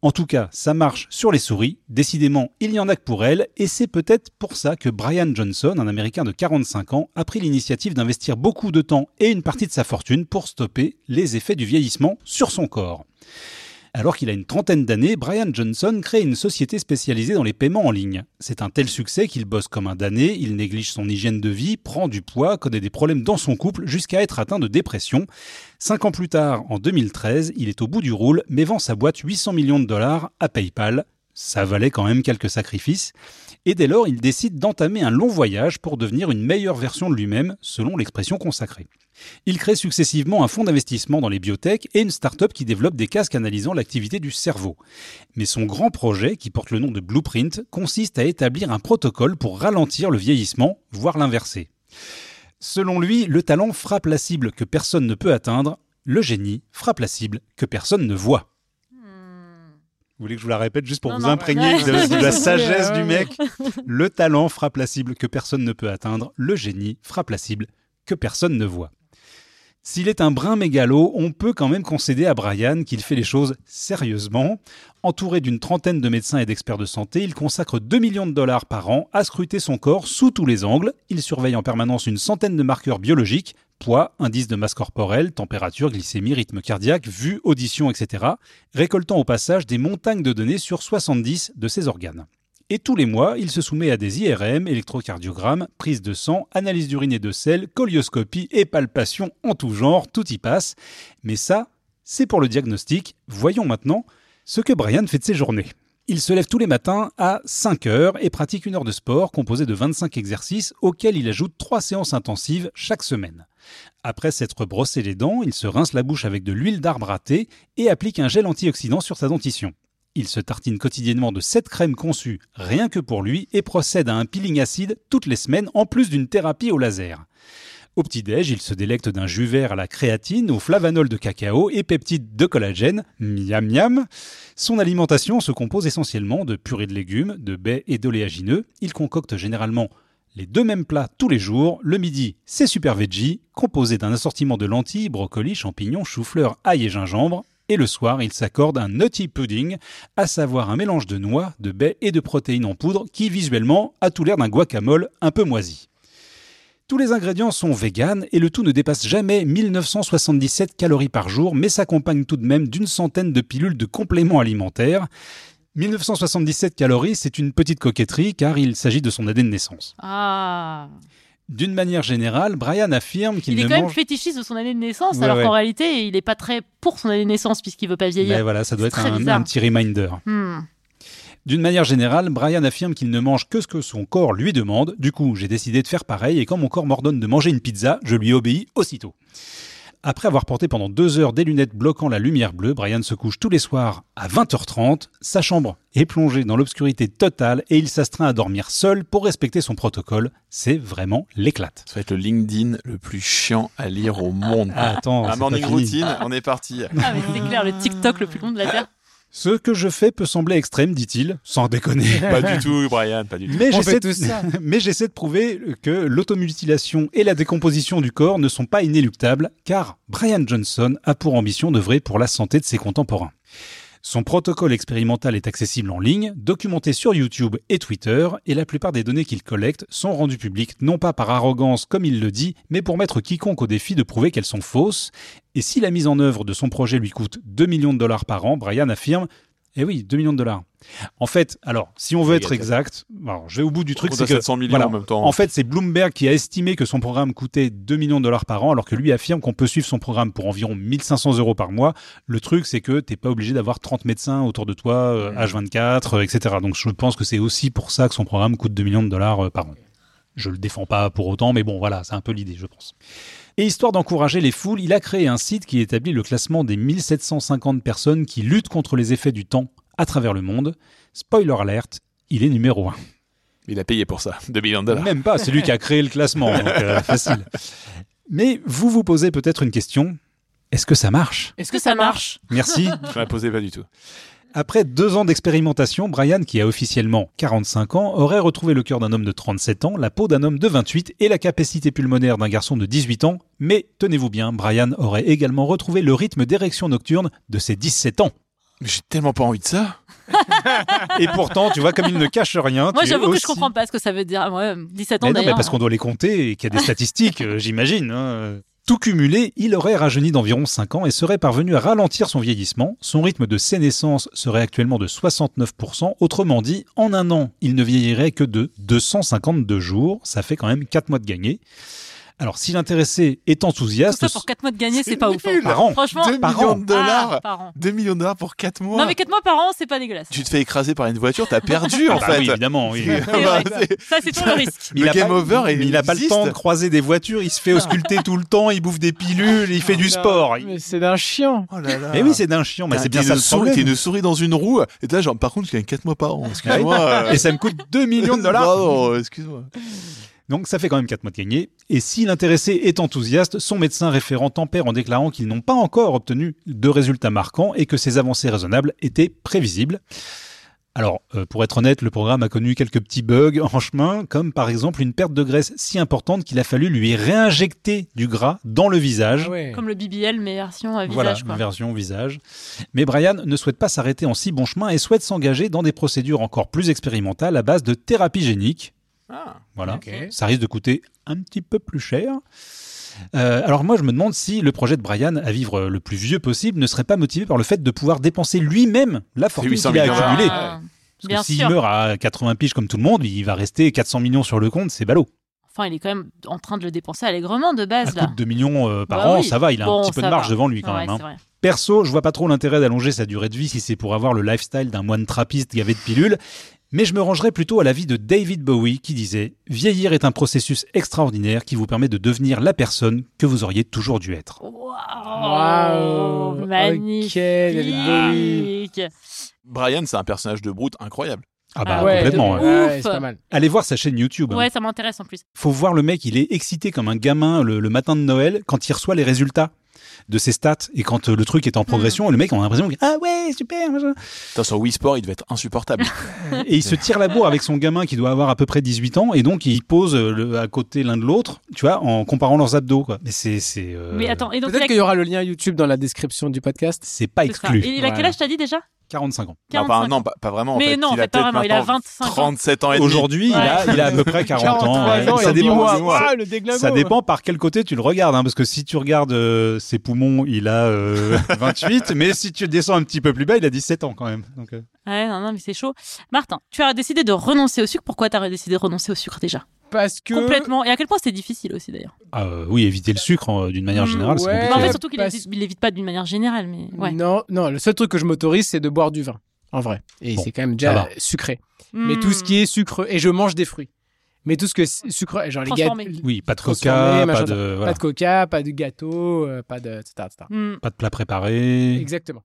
B: En tout cas, ça marche sur les souris. Décidément, il y en a que pour elles, et c'est peut-être pour ça que Brian Johnson, un Américain de 45 ans, a pris l'initiative d'investir beaucoup de temps et une partie de sa fortune pour stopper les effets du vieillissement sur son corps. Alors qu'il a une trentaine d'années, Brian Johnson crée une société spécialisée dans les paiements en ligne. C'est un tel succès qu'il bosse comme un damné, il néglige son hygiène de vie, prend du poids, connaît des problèmes dans son couple jusqu'à être atteint de dépression. Cinq ans plus tard, en 2013, il est au bout du rôle mais vend sa boîte 800 millions de dollars à PayPal. Ça valait quand même quelques sacrifices. Et dès lors, il décide d'entamer un long voyage pour devenir une meilleure version de lui-même, selon l'expression consacrée. Il crée successivement un fonds d'investissement dans les biotech et une start-up qui développe des casques analysant l'activité du cerveau. Mais son grand projet, qui porte le nom de Blueprint, consiste à établir un protocole pour ralentir le vieillissement, voire l'inverser. Selon lui, le talent frappe la cible que personne ne peut atteindre, le génie frappe la cible que personne ne voit. Vous voulez que je vous la répète juste pour
A: Non,
B: vous
A: non,
B: imprégner
A: ouais.
B: de,
A: [LAUGHS]
B: de la sagesse
C: Ouais,
B: du
C: ouais.
B: mec Le talent frappe la cible que personne ne peut atteindre, le génie frappe la cible que personne ne voit. S'il est un brin mégalo, on peut quand même concéder à Brian qu'il fait les choses sérieusement. Entouré d'une trentaine de médecins et d'experts de santé, il consacre 2 millions de dollars par an à scruter son corps sous tous les angles. Il surveille en permanence une centaine de marqueurs biologiques, poids, indice de masse corporelle, température, glycémie, rythme cardiaque, vue, audition, etc., récoltant au passage des montagnes de données sur 70 de ses organes. Et tous les mois, il se soumet à des IRM, électrocardiogrammes, prise de sang, analyse d'urine et de sel, colioscopie et palpation en tout genre, tout y passe. Mais ça, c'est pour le diagnostic. Voyons maintenant ce que Brian fait de ses journées. Il se lève tous les matins à 5 heures et pratique une heure de sport composée de 25 exercices auxquels il ajoute 3 séances intensives chaque semaine. Après s'être brossé les dents, il se rince la bouche avec de l'huile d'arbre à thé et applique un gel antioxydant sur sa dentition. Il se tartine quotidiennement de 7 crèmes conçues rien que pour lui et procède à un peeling acide toutes les semaines en plus d'une thérapie au laser. Au petit-déj, il se délecte d'un jus vert à la créatine, au flavanol de cacao et peptides de collagène, miam miam. Son alimentation se compose essentiellement de purée de légumes, de baies et d'oléagineux. Il concocte généralement les deux mêmes plats tous les jours. Le midi, c'est super veggie, composé d'un assortiment de lentilles, brocolis, champignons, choux-fleurs, ail et gingembre. Et le soir, il s'accorde un nutty pudding, à savoir un mélange de noix, de baies et de protéines en poudre qui, visuellement, a tout l'air d'un guacamole un peu moisi. Tous les ingrédients sont véganes et le tout ne dépasse jamais 1977 calories par jour, mais s'accompagne tout de même d'une centaine de pilules de compléments alimentaires. 1977 calories, c'est une petite coquetterie car il s'agit de son année de naissance.
A: Ah.
B: D'une manière générale, Brian affirme qu'il
A: Il est
B: ne
A: quand même
B: mange.
A: fétichiste de son année de naissance,
B: Ouais,
A: alors
B: ouais.
A: qu'en réalité, il n'est pas très pour son année de naissance puisqu'il veut pas
B: Mais
A: vieillir.
B: Ben voilà, ça doit
A: C'est
B: être
A: très
B: un-
A: bizarre.
B: un petit reminder.
A: Hmm.
B: D'une manière générale, Brian affirme qu'il ne mange que ce que son corps lui demande. Du coup, j'ai décidé de faire pareil et quand mon corps m'ordonne de manger une pizza, je lui obéis aussitôt. Après avoir porté pendant deux heures des lunettes bloquant la lumière bleue, Brian se couche tous les soirs à 20h30. Sa chambre est plongée dans l'obscurité totale et il s'astreint à dormir seul pour respecter son protocole. C'est vraiment l'éclate.
D: Ça va être le LinkedIn le plus chiant à lire au monde.
B: Ah, attends,
D: un
B: c'est pas
D: morning
B: fini.
D: routine, on est parti.
A: Ah, mais c'est clair, le TikTok le plus long de la Terre.
B: Ce que je fais peut sembler extrême, dit-il, sans déconner.
D: pas du tout, Brian,
C: [LAUGHS]
D: pas du tout.
B: Mais
C: On
B: j'essaie
C: fait
B: de...
C: tout ça.
B: [LAUGHS] Mais j'essaie de prouver que l'automutilation et la décomposition du corps ne sont pas inéluctables, car Brian Johnson a pour ambition d'œuvrer pour la santé de ses contemporains. Son protocole expérimental est accessible en ligne, documenté sur YouTube et Twitter, et la plupart des données qu'il collecte sont rendues publiques non pas par arrogance comme il le dit, mais pour mettre quiconque au défi de prouver qu'elles sont fausses. Et si la mise en œuvre de son projet lui coûte 2 millions de dollars par an, Brian affirme Eh oui, 2 millions de dollars. En fait, alors, si on veut être exact, alors, je vais au bout du truc,
D: on
B: c'est
D: doit
B: que
D: 700 millions
B: voilà.
D: en même temps.
B: en fait, c'est Bloomberg qui a estimé que son programme coûtait 2 millions de dollars par an, alors que lui affirme qu'on peut suivre son programme pour environ 1500 euros par mois. Le truc, c'est que t'es pas obligé d'avoir 30 médecins autour de toi, euh,
D: Mm.
B: H24, euh, etc. Donc je pense que c'est aussi pour ça que son programme coûte 2 millions de dollars euh, par an. Je le défends pas pour autant, mais bon, voilà, c'est un peu l'idée, je pense. Et histoire d'encourager les foules, il a créé un site qui établit le classement des 1750 personnes qui luttent contre les effets du temps à travers le monde. Spoiler alert, il est numéro 1.
D: Il a payé pour ça, [LAUGHS] 2 millions de dollars.
B: Même pas, c'est lui qui a créé le classement, donc [LAUGHS] euh, facile. Mais vous vous posez peut-être une question, est-ce que ça marche
A: [LAUGHS] Est-ce que ça marche
B: [LAUGHS] Merci.
D: Je m'en posais pas du tout.
B: Après deux ans d'expérimentation, Brian, qui a officiellement 45 ans, aurait retrouvé le cœur d'un homme de 37 ans, la peau d'un homme de 28 et la capacité pulmonaire d'un garçon de 18 ans. Mais tenez-vous bien, Brian aurait également retrouvé le rythme d'érection nocturne de ses 17 ans.
D: Mais j'ai tellement pas envie de ça.
B: Et pourtant, tu vois, comme il ne cache rien.
A: Moi,
B: tu es
A: j'avoue que
B: aussi-
A: je comprends pas ce que ça veut dire. Moi, 17 ans
B: Mais non, mais
A: d'ailleurs.
B: parce qu'on doit les compter et qu'il y a des statistiques, euh, j'imagine. hein. Tout cumulé, il aurait rajeuni d'environ 5 ans et serait parvenu à ralentir son vieillissement. Son rythme de sénescence serait actuellement de 69%. Autrement dit, en un an, il ne vieillirait que de 252 jours. Ça fait quand même 4 mois de gagné. Alors, si l'intéressé est
A: Tout
B: enthousiaste, ah bah
A: ça pour 4 mois de gagner,
D: C'est
A: c'est pas ouf. hein.
D: nul.
B: Par an.
A: Franchement,
D: 2
B: par
D: millions
B: an.
D: de dollars.
A: Ah, par an.
D: 2 millions de dollars pour 4 mois.
A: Non, mais 4 mois par an, c'est pas dégueulasse.
D: Tu te fais écraser par une voiture, t'as perdu en
B: Bah
D: [LAUGHS] fait.
B: oui, évidemment, oui.
A: C'est vrai.
D: c'est-
A: Ça, c'est tout le
B: [LAUGHS]
A: risque.
D: Le game over,
B: mais il n'a pas le
D: existe.
B: temps de croiser des voitures, il se
D: [LAUGHS]
B: fait ausculter tout le temps, il bouffe des pilules, il fait
A: Ah
B: du sport.
C: Mais c'est d'un chien.
D: Oh là là.
B: Mais oui, c'est d'un chiant, mais
D: T'as-
B: c'est bien
D: t'es
B: ça
D: une
B: le
D: souris, T'es
B: problème.
D: une souris dans une roue. Et là, genre, par contre, je gagne 4 mois par an. Excuse-moi. euh,
B: Ah Et ça me coûte 2
D: [LAUGHS]
B: millions de dollars.
D: Pardon, excuse-moi.
B: Donc ça fait quand même 4 mois de gagné. Et si l'intéressé est enthousiaste, son médecin référent tempère en déclarant qu'ils n'ont pas encore obtenu de résultats marquants et que ces avancées raisonnables étaient prévisibles. Alors, euh, pour être honnête, le programme a connu quelques petits bugs en chemin, comme par exemple une perte de graisse si importante qu'il a fallu lui réinjecter du gras dans le visage.
A: Comme le BBL, mais version à
B: Voilà,
A: visage.
B: une
A: quoi.
B: version visage. Mais Brian ne souhaite pas s'arrêter en si bon chemin et souhaite s'engager dans des procédures encore plus expérimentales à base de thérapie génique. Voilà.
C: Ok.
B: Ça risque de coûter un petit peu plus cher. Euh, alors moi, je me demande si le projet de Brian à vivre le plus vieux possible ne serait pas motivé par le fait de pouvoir dépenser lui-même la fortune
D: 800
B: qu'il a
D: millions de
B: accumulée.
A: Ah,
D: dollars.
B: Parce
A: bien
B: que s'il
A: sûr.
B: meurt à 80 piges comme tout le monde, il va rester 400 millions sur le compte, c'est ballot.
A: Enfin, il est quand même en train de le dépenser allègrement de
B: À
A: base,
B: coup
A: là.
B: de 2 millions euh, par
A: Bah
B: an,
A: oui.
B: ça va, il a
A: Bon,
B: un petit peu de
A: ça
B: marge
A: va.
B: devant lui quand
A: Ouais,
B: même. hein.
A: c'est vrai.
B: Perso, je vois pas trop l'intérêt d'allonger sa durée de vie si c'est pour avoir le lifestyle d'un moine trappiste gavé de pilules, mais je me rangerai plutôt à l'avis de David Bowie qui disait Vieillir est un processus extraordinaire qui vous permet de devenir la personne que vous auriez toujours dû être.
A: Waouh
C: Ok,
A: Oh, Magnifique
C: David Bowie.
D: Brian, c'est un personnage de Brute incroyable.
B: Ah
A: bah,
B: bah
A: Ah ouais,
B: complètement.
A: de
B: ouais.
A: ouf.
C: c'est pas mal.
B: Allez voir sa chaîne YouTube. hein.
A: Ouais, ça m'intéresse en plus.
B: Faut voir le mec, il est excité comme un gamin le, le matin de Noël quand il reçoit les résultats de ses stats et quand euh, le truc
A: Hmm.
B: est en progression et le mec on a l'impression que ah ouais super machin.
D: Putain, sur Wii Sport, il devait être insupportable.
B: Et il se tire la bourre avec son gamin qui doit avoir à peu près 18 ans et donc il pose euh, le- à côté l'un de l'autre, tu vois, en comparant leurs abdos quoi. Mais c'est c'est euh,
A: Mais attends, et donc il
C: Peut-être
A: a,
C: qu'il y aura le lien YouTube dans la description du podcast.
B: c'est pas
A: c'est ça.
B: exclu.
A: Et il a quel
C: Voilà.
A: âge t'as dit déjà
B: 45 ans.
D: non, pas,
A: 45.
D: non, pas, pas vraiment. en
A: Mais
D: fait.
A: non, en
D: il a
A: fait, pas
D: peut-être
A: vraiment, il a
D: maintenant
A: 25 ans.
D: 37 ans et demi.
B: Aujourd'hui, il, a, il a à peu près 40 ans. ouais.
C: 43 ans,
B: ça
C: et dix
B: dépend
C: mois.
D: des mois.
C: Ah, le déglingo.
B: Ça dépend par quel côté tu le regardes, hein, parce que si tu regardes euh, ses poumons, il a euh, 28, mais si tu descends un petit peu plus bas, il a 17 ans quand même. Donc, euh,
A: Ouais, non, non, mais c'est chaud. Martin, tu as décidé de renoncer au sucre. Pourquoi t'as décidé de renoncer au sucre déjà
C: Parce que.
A: Complètement. Et à quel point c'est difficile aussi d'ailleurs.
B: ah, euh, oui, éviter le sucre en- d'une manière
C: Mm,
B: générale, c'est
C: ouais.
B: compliqué.
A: Mais en fait,
C: Euh,
A: surtout qu'il
C: parce-
A: évite- il évite pas d'une manière générale, mais ouais.
C: Non, non, le seul truc que je m'autorise, c'est de boire du vin. En vrai. Et
B: Bon,
C: c'est quand même
B: ça
C: déjà
B: va.
C: sucré.
A: Hmm.
C: Mais tout ce qui est sucre, et je mange des fruits. Mais tout ce que c'est sucre, genre les gâteaux.
A: Transformé.
B: Oui, pas de
C: Transformer,
B: coca, pas
C: machin,
B: de,
C: Pas
B: voilà,
C: de coca, pas de gâteau, euh, pas de. etc., etc.
A: Hmm.
B: pas de plat préparé.
C: Exactement.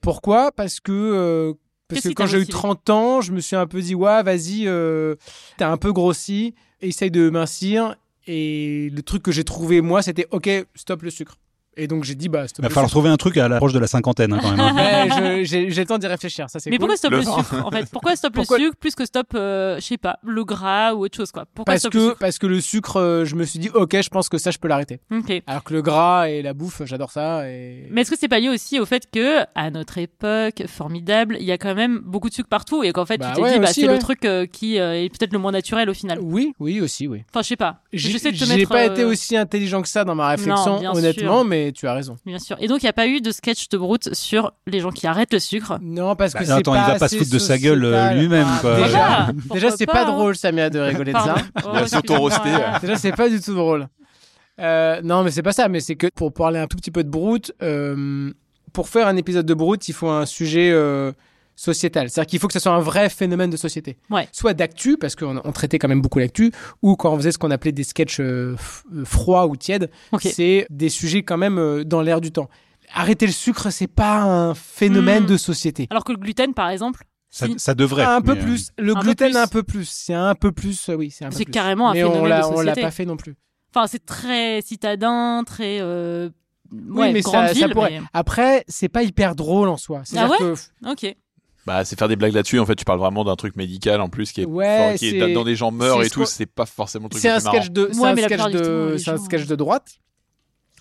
C: Pourquoi Parce que. euh, parce
A: Qu'est-ce
C: que
A: qui
C: quand
A: t'a
C: j'ai eu
A: motivé
C: 30 ans, je me suis un peu dit, ouais, vas-y, euh, t'as un peu grossi, essaye de mincir. Et le truc que j'ai trouvé, moi, c'était, ok, stop le sucre. Et donc j'ai dit, bah, stop
B: Il va
C: le
B: falloir
C: sucre.
B: trouver un truc à l'approche de la cinquantaine hein, quand même. hein.
C: Ouais, je- j'ai j'ai le temps d'y réfléchir, ça c'est
A: Mais
C: cool.
A: pourquoi stop
D: Le
A: le,
D: vin.
A: sucre en fait Pourquoi stop
C: Pourquoi-
A: le sucre plus que stop, euh, je sais pas, le gras ou autre chose quoi Pourquoi
C: parce
A: stop
C: que,
A: le
C: parce que le sucre, euh, je me suis dit, ok, je pense que ça, je peux l'arrêter.
A: sucre Ok.
C: Alors que le gras et la bouffe, j'adore ça. Et...
A: Mais est-ce que c'est pas lié aussi au fait que, à notre époque, formidable, il y a quand même beaucoup de sucre partout et qu'en fait,
C: Bah
A: tu t'es
C: ouais,
A: dit, bah,
C: aussi,
A: c'est
C: ouais.
A: le truc euh, qui euh, est peut-être le moins naturel au final.
C: Ah, Oui, oui, aussi, oui.
A: Enfin, je sais pas.
C: J'ai
A: J'essaie de te
C: j'ai
A: mettre.
C: pas
A: euh,
C: été aussi intelligent que ça dans ma réflexion,
A: bien
C: honnêtement,
A: sûr.
C: mais tu as raison.
A: Bien sûr. Et donc, il n'y a pas eu de sketch de Brute sur les gens qui arrêtent le sucre.
C: Non, parce que
B: Bah,
C: c'est
B: attends,
C: pas
B: il va pas se
C: assez
B: foutre de sa gueule euh,
C: sociétal.
B: lui-même. quoi.
C: Bah, Déjà.
A: Voilà,
C: Déjà,
A: pourquoi
C: c'est pas
A: hein.
C: drôle, Samia, de rigoler de ça.
A: Pardon. Oh,
D: a s'auto-roasté.
A: excuse-moi.
C: Déjà, c'est pas du tout drôle. Euh, non, mais c'est pas ça. Mais c'est que pour parler un tout petit peu de Brute, euh, pour faire un épisode de Brute, il faut un sujet euh, sociétal. C'est-à-dire qu'il faut que ce soit un vrai phénomène de société.
A: Ouais.
C: Soit d'actu, parce qu'on on traitait quand même beaucoup l'actu, ou quand on faisait ce qu'on appelait des sketchs euh, f- euh, froids ou tièdes,
A: Ok.
C: c'est des sujets quand même euh, dans l'air du temps. Arrêter le sucre, c'est pas un phénomène
A: Mm.
C: de société.
A: Alors que le gluten, par exemple,
B: Ça,
A: si.
B: ça devrait.
C: un peu
B: mais, euh,
C: plus. Le
A: un peu
C: gluten,
A: plus.
C: un peu plus. C'est un peu plus, euh, oui. C'est un peu
A: C'est
C: plus.
A: carrément un
C: Mais on
A: phénomène
C: l'a-
A: de
C: on l'a
A: société.
C: pas fait non plus.
A: Enfin, c'est très citadin, très. euh,
C: Oui,
A: ouais,
C: mais
A: grande
C: ça, ça
A: ville,
C: pourrait.
A: mais- Ah
C: Après, c'est pas hyper drôle en soi. C'est-à-dire
A: ouais
C: que f-
A: Ok.
D: Bah, c'est faire des blagues là-dessus. En fait, tu parles vraiment d'un truc médical en plus qui est
C: Ouais,
D: fort, qui est-
C: c'est-
D: dans des gens meurent
C: c'est
D: et
C: ce
D: tout.
C: qu'on-
D: C'est pas forcément le truc.
C: C'est
D: le
C: un
D: plus marrant.
C: sketch de, c'est
A: Ouais,
C: un
A: mais la
C: sketch
A: plupart du temps,
C: de,
A: les
C: c'est un
A: gens-
C: sketch de droite.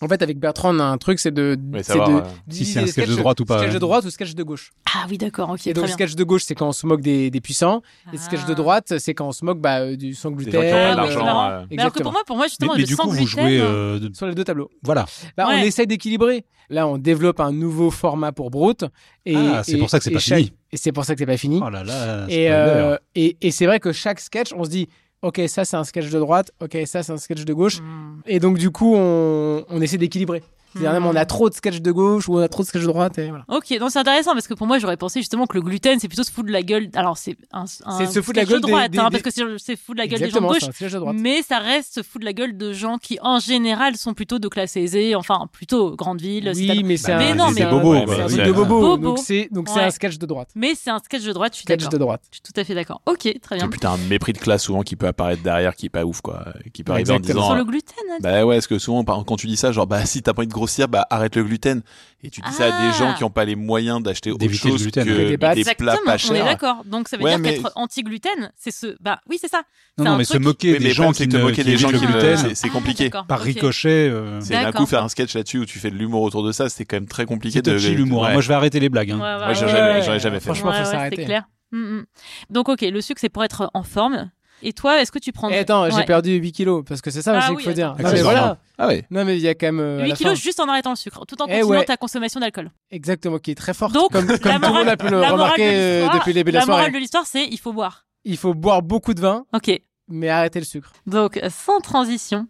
C: En fait, avec Bertrand, on a un truc, c'est de,
D: Ouais,
C: c'est
D: savoir,
C: de
D: euh,
B: si
C: diviser
B: c'est un
C: les
B: sketch de
C: sketchs-
B: droite ou pas. hein.
C: Sketch de
B: ouais.
C: droite ou sketch de gauche.
A: Ah oui, d'accord, ok,
C: Et
A: très
C: donc, le
A: bien.
C: sketch de gauche, c'est quand on se moque des, des puissants. Et le
A: Ah.
C: sketch de droite, c'est quand on se moque bah, euh, du sans
D: Des
C: gluten.
D: gens
A: Ah,
D: qui ont pas
A: oui,
D: d'argent.
A: marrant.
D: euh,
A: Mais alors que
C: Exactement.
A: pour moi, pour moi
B: Mais,
A: justement,
B: mais
A: le
B: du
A: sang
B: coup, vous jouez. euh, de-
C: Sur les deux tableaux.
B: Voilà.
C: Bah, On
A: Ouais.
C: essaye d'équilibrer. Là, on développe un nouveau format pour Brout. Et,
B: Ah, c'est
C: et-
B: pour ça que c'est
C: et
B: pas
C: chaque-
B: fini.
C: Et c'est pour ça que c'est pas fini.
B: Oh là là. spoiler.
C: et euh, et, et c'est vrai que chaque sketch, on se dit, OK, ça, c'est un sketch de droite. OK, ça, c'est un sketch de gauche.
A: Hmm.
C: Et donc, du coup, on, on essaie d'équilibrer. C'est-à-dire,
A: Hmm.
C: on a trop de sketchs de gauche ou on a trop de sketchs de droite. Et voilà.
A: Ok, donc c'est intéressant parce que pour moi j'aurais pensé justement que le gluten c'est plutôt se foutre de la gueule. Alors c'est un, un
C: C'est se foutre de la
A: sketch
C: gueule
A: de
C: des-
A: droite,
C: des-
A: hein,
C: des-
A: parce que c'est c'est foutre de la gueule
C: Exactement,
A: des
C: c'est
A: gens
C: un
A: de
C: sketch de
A: gauche,
C: droite.
A: mais ça reste se foutre de la gueule de gens qui en général sont plutôt de classe aisée, enfin plutôt grande ville.
C: Oui,
A: citadine.
C: mais c'est
B: Bah,
C: un,
A: mais non,
C: c'est
A: mais-
C: un-
B: Des bobos,
C: ouais,
B: bah,
C: c'est un
B: oui,
C: truc
B: là.
C: de bobo.
A: Bobo.
C: Donc, c'est donc c'est
A: Ouais.
C: un sketch de droite.
A: Mais c'est un sketch de droite, je suis
C: Sketch
A: d'accord.
C: de droite.
A: Je suis tout à fait d'accord. Ok, très
D: Et
A: bien.
D: puis t'as un mépris de classe souvent qui peut apparaître derrière, qui est pas ouf quoi, qui peut arriver en
C: Exactement.
D: disant.
A: Sur
D: euh,
A: le gluten, hein,
D: Bah ouais, parce que souvent par- quand tu dis ça, genre bah si t'as pas envie de grossir, bah arrête le gluten. Et tu dis ça à
A: Ah.
D: des gens qui ont pas les moyens d'acheter autre
B: D'éviter le
D: chose
B: gluten.
D: que
C: Que des
D: des,
C: pâtes.
A: Exactement,
D: plats pas
A: on est
D: chers.
A: d'accord. Donc ça veut
D: Ouais,
A: dire
D: mais-
A: qu'être anti-gluten, c'est ce. Bah oui, c'est ça.
B: Non,
A: c'est
B: non,
A: un
B: mais se
A: truc-
B: moquer
D: Oui, mais
B: des
D: le
B: gens
D: problème, c'est
B: qui
D: que te
B: ne
D: moquer
B: qui
D: des
B: évitent
D: gens
B: le
D: qui
A: Ah,
D: le-
B: gluten euh,
D: c'est- c'est compliqué.
A: d'accord,
B: par
A: ok.
B: ricochet. euh,
D: C'est d'un
A: D'accord.
D: coup faire un sketch là-dessus où tu fais de l'humour autour de ça, c'est quand même très compliqué
B: C'est
D: de.
B: touchy l'humour. hein.
D: Ouais.
B: Moi, je vais arrêter les blagues. hein.
A: Ouais, ouais,
D: Moi, j'en
A: ouais,
D: ai jamais-
A: ouais.
D: j'en ai jamais fait.
C: Franchement,
A: Ouais,
C: faut
A: ouais,
C: s'arrêter.
A: C'est clair. Mm, mm. Donc ok, le sucre c'est pour être en forme. Et toi, est-ce que tu prends
C: Eh, attends, j'ai
A: Ouais.
C: perdu 8 kilos parce que c'est ça
A: Ah
C: aussi qu'il
A: oui,
C: faut dire.
B: attends.
C: Non, mais
B: Accessoirement.
C: voilà.
D: Ah ouais.
C: Non, mais il y a quand même. euh, à
A: 8
C: la
A: kilos
C: fin,
A: juste en arrêtant le sucre, tout en
C: Eh
A: continuant
C: ouais.
A: ta consommation d'alcool
C: Exactement, qui est très fort.
A: Donc,
C: comme,
A: la
C: comme tout le
A: morale-
C: monde a pu le
A: la morale
C: remarquer
A: de
C: euh,
A: l'histoire-
C: depuis le début de la,
A: La
C: soirée.
A: morale de l'histoire, c'est il faut boire.
C: Il faut boire beaucoup de vin,
A: Ok.
C: mais arrêter le sucre.
A: Donc euh, sans transition.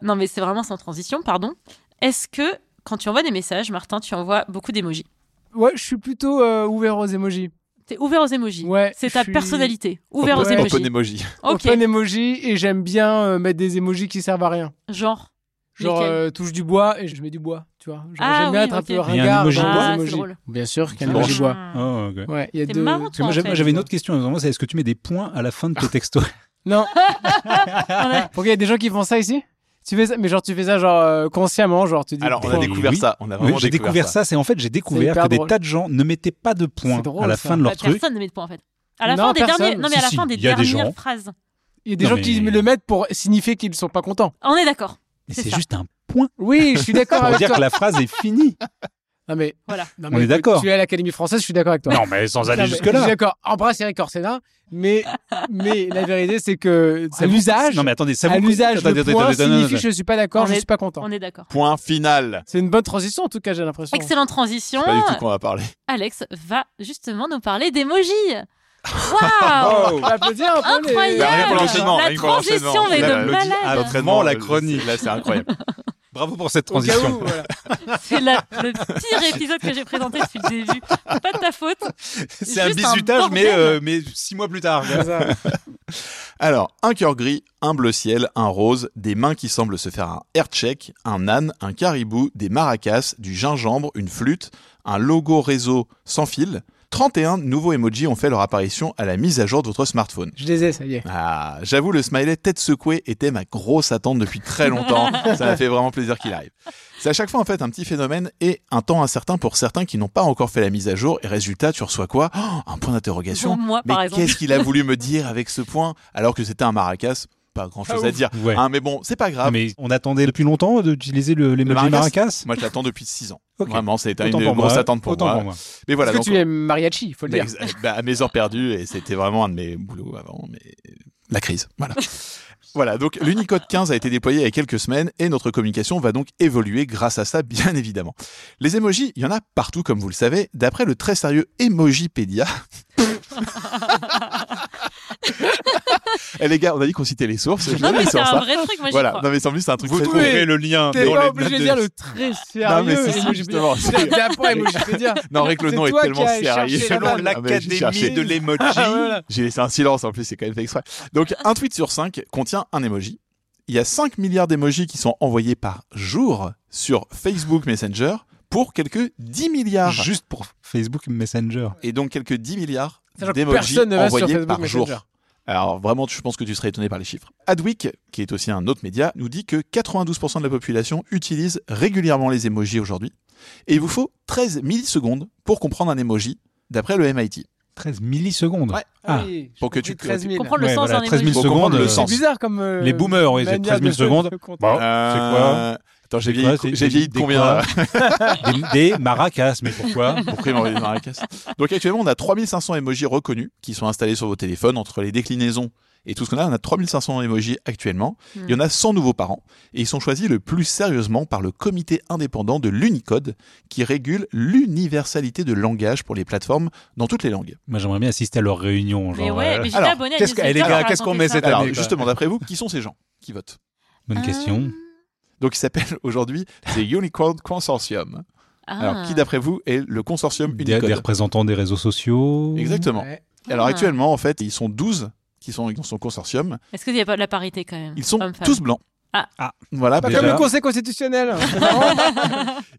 A: Non, mais c'est vraiment sans transition, pardon. Est-ce que quand tu envoies des messages, Martin, tu envoies beaucoup d'émojis
C: Ouais, je suis plutôt euh, ouvert aux emojis.
A: T'es ouvert aux émojis.
C: Ouais,
A: C'est ta
C: je suis
A: personnalité. Ouvert aux
C: Ouais.
A: émojis.
D: Open emoji.
A: Ok.
C: Open emoji et j'aime bien euh, mettre des emojis qui servent à rien.
A: Genre.
C: Genre
A: Lesquels
C: euh, touche du bois et je mets du bois, tu vois. Genre,
A: Ah
C: j'aime bien
A: oui,
C: être un
A: ok.
C: peu
B: Il y a un
C: ringard
B: emoji bois
C: dans les
A: Ah, c'est
C: emojis.
A: drôle.
C: Bien sûr qu'il y a un
B: Tu
C: emoji
B: branches.
C: bois.
B: Oh, ok.
C: Ouais, il y a
A: T'es
C: deux.
A: marrant,
B: Parce que moi,
A: en
B: j'ai-
A: fait.
B: moi, j'avais une autre question. Moi, C'est est-ce que tu mets des points à la fin de tes textos
C: Non. Pourquoi il y a des gens qui font ça ici Tu fais ça, mais genre tu fais ça genre euh, consciemment, genre tu dis.
D: Alors on a
C: Putain,
B: Oui,
D: découvert
B: oui.
D: ça. On a
B: Oui,
D: vraiment
B: J'ai découvert ça. C'est en fait, j'ai découvert
C: hyper
B: que des
C: drôle.
B: tas de gens ne mettaient pas de points
C: C'est drôle,
B: à la
C: ça.
B: fin de leur
A: Bah,
B: truc.
A: Personne ne met de point en fait. À la
C: Non,
A: fin des
C: personne.
A: derniers, non mais à
B: Si,
A: la
B: si,
A: fin des
B: il y a des
A: dernières
B: gens.
A: phrases.
C: Il y a des
B: Non,
C: gens qui
B: mais-
C: le mettent pour signifier qu'ils sont pas contents.
A: On est d'accord.
B: Et
A: C'est
B: c'est
A: ça.
B: juste un point
C: Oui, je
B: [LAUGHS]
C: suis d'accord
B: pour
C: avec
B: dire
C: toi.
B: que la phrase est finie.
C: Non mais,
A: Voilà.
C: non,
B: On
C: mais
B: est
C: écoute,
B: d'accord.
C: Tu es à l'Académie française, je suis d'accord avec toi.
B: Non, mais sans aller
C: Non, mais Je suis
B: jusque-là.
C: d'accord. Embrasse Eric Corsena, mais mais la vérité c'est que à l'usage,
B: Non, mais attendez, ça
C: à
B: vous
C: l'usage,
B: Attendez,
C: le
B: attendez,
C: point
B: attendez, attendez,
C: signifie
B: attendez.
C: je suis pas d'accord,
A: On
C: je
A: est-
C: suis pas content.
A: On est d'accord.
D: Point final.
C: C'est une bonne transition en tout cas, j'ai l'impression.
A: Excellente transition.
D: C'est Pas du tout qu'on va parler.
A: Alex va justement nous parler d'émojis.
B: [LAUGHS]
A: Waouh
B: Oh.
D: [LAUGHS]
C: On peut applaudir un peu les- Ah,
A: Incroyable
D: Bah, rien pour l'enchaînement,
A: La
D: rien que pour l'enchaînement.
A: transition, mais
D: Là,
A: de
D: l'audio-
A: malade
D: ah,
B: Vraiment, la
D: euh,
B: chronique.
D: c'est- Là, c'est
A: [LAUGHS]
D: incroyable.
B: Bravo pour cette
C: Au cas où,
B: transition.
C: voilà.
A: C'est la- le pire épisode que j'ai présenté depuis le début. Pas de ta faute.
B: C'est un
A: Juste un
B: bisutage, mais,
A: bordel.
B: euh, mais six mois plus tard.
C: C'est ça.
D: Alors, un cœur gris, un bleu ciel, un rose, des mains qui semblent se faire un air check, un âne, un caribou, des maracas, du gingembre, une flûte, un logo réseau sans fil. 31 nouveaux emojis ont fait leur apparition à la mise à jour de votre smartphone.
C: Je les ai, ça y est.
D: Ah, j'avoue, le smiley tête secouée était ma grosse attente depuis
B: [LAUGHS]
D: très longtemps. Ça m'a fait vraiment plaisir qu'il arrive. C'est à chaque fois, en fait, un petit phénomène et un temps incertain pour certains qui n'ont pas encore fait la mise à jour. Et résultat, tu reçois quoi Oh, Un point
A: Pour
D: d'interrogation.
A: moi, par
D: Mais
A: exemple.
D: qu'est-ce qu'il a voulu me dire avec ce point alors que c'était un maracas Pas grand-chose
C: Pas
D: à
C: ouf.
D: dire.
B: Ah Ouais. Ah,
D: Hein, mais bon, c'est pas grave.
B: Mais on attendait depuis longtemps euh, d'utiliser le, les
D: maracas
B: maracas.
D: Moi, je l'attends depuis 6 ans.
B: Ok.
D: Vraiment, c'était une
B: Autant pour
D: grosse
B: moi.
D: attente pour
B: Autant
D: moi.
B: pour moi.
D: Mais voilà.
C: Parce
D: donc,
C: que tu es mariachi, faut le
D: mais
C: dire.
D: ex- bah, à mes heures perdues, et c'était vraiment un de mes boulots avant, mais la crise.
A: [LAUGHS]
D: Voilà. voilà, donc l'Unicode 15 a été déployé il y a quelques semaines et notre communication va donc évoluer grâce à ça, bien évidemment. Les emojis, il y en a partout, comme vous le savez. D'après le très sérieux
A: [LAUGHS]
D: Emojipedia. [LAUGHS] Eh les gars, on a dit qu'on citait les sources. Je
A: Non,
D: l'ai
A: mais
D: mis
A: c'est
D: sur
A: un
D: ça.
A: vrai truc, moi j'y
D: Voilà,
A: crois.
D: non, mais sans plus, c'est un truc
C: Vous
D: très
C: trouvez-
D: drôle.
B: Trouvez le lien
C: T'es
B: dans
C: pas
B: les
C: obligé
B: notes
C: de
B: de-
C: dire le très
D: Non, mais
C: sérieux.
D: c'est ça, justement.
C: D'après Emojipédia.
D: Non, règle
C: C'est
D: non est
C: toi
D: tellement
C: qui as
D: sérieux.
C: cherché la
D: Ah,
B: Selon
C: vanne.
D: mais j'ai cherché.
B: l'Académie de l'Emoji.
C: [LAUGHS] Ah, voilà.
D: J'ai laissé un silence en plus, c'est quand même fait exprès. Donc un tweet sur 5 contient un emoji. Il y a 5 milliards d'emojis qui sont envoyés par jour sur Facebook Messenger pour quelques 10 milliards.
B: Juste pour Facebook Messenger.
D: Et donc quelques 10 milliards
C: Sachant que
D: d'emojis
C: personne ne va sur
D: envoyés
C: Facebook
D: par jour.
C: Messenger.
D: Alors vraiment, je pense que tu serais étonné par les chiffres. Adweek, qui est aussi un autre média, nous dit que 92% de la population utilise régulièrement les emojis aujourd'hui. Et il vous faut 13 millisecondes pour comprendre un emoji, d'après le MIT.
B: 13 millisecondes.
D: Ouais.
B: Ah,
C: Oui, j'ai
D: pour que
C: compris
D: tu-
C: 13 000.
A: Comprendre le
B: Ouais,
A: sens
B: voilà,
A: d'un
B: 13 000
A: emoji.
D: Faut
B: secondes.
D: comprendre le
B: euh,
D: sens.
C: C'est bizarre comme. euh,
B: Les boomers, oui, c'est 13
C: manière
B: 000
C: de- [LAUGHS]
B: secondes.
C: de compter.
B: Bon,
D: Euh, Attends, j'ai
B: quoi,
D: vieilli,
B: Oh, c'est-
D: j'ai vieilli de
B: des
D: combien
B: quoi
D: là
B: euh,
C: [LAUGHS]
B: des, des maracas, mais pourquoi
D: Compris, Maurice Maracas. Donc actuellement, on a 3500 emojis reconnus qui sont installés sur vos téléphones entre les déclinaisons et tout ce qu'on a. On a 3500 emojis actuellement.
A: Hmm.
D: Il y en a 100 nouveaux par an et ils sont choisis le plus sérieusement par le comité indépendant de l'Unicode qui régule l'universalité de langage pour les plateformes dans toutes les langues.
B: Moi, j'aimerais bien assister à leur réunion. Genre,
A: Mais ouais,
B: euh,
A: mais j'étais
D: alors,
A: abonné à
B: qu'est-ce que- eh, les
A: newsletter
B: gars,
A: pour
B: qu'est-ce qu'on
A: raconter
B: met
A: ça. Ah.
B: cette
D: Alors
B: année, quoi.
D: justement, d'après vous, qui sont ces gens qui votent
B: Bonne question.
D: Donc il s'appelle aujourd'hui c'est Unicode Consortium.
A: Ah.
D: Alors qui d'après vous est le consortium
B: Des, des
D: Unicode
B: représentants des réseaux sociaux.
D: Exactement.
C: Ouais.
D: Alors
A: Ah.
D: actuellement, en fait, ils sont 12 qui sont dans son consortium.
A: Est-ce qu'il n'y a pas de la parité quand même
D: Ils sont
A: Hommes-femmes.
D: tous blancs.
A: Ah.
B: Ah.
D: Voilà,
C: Pas
B: Déjà.
C: comme le Conseil constitutionnel. C'est marrant.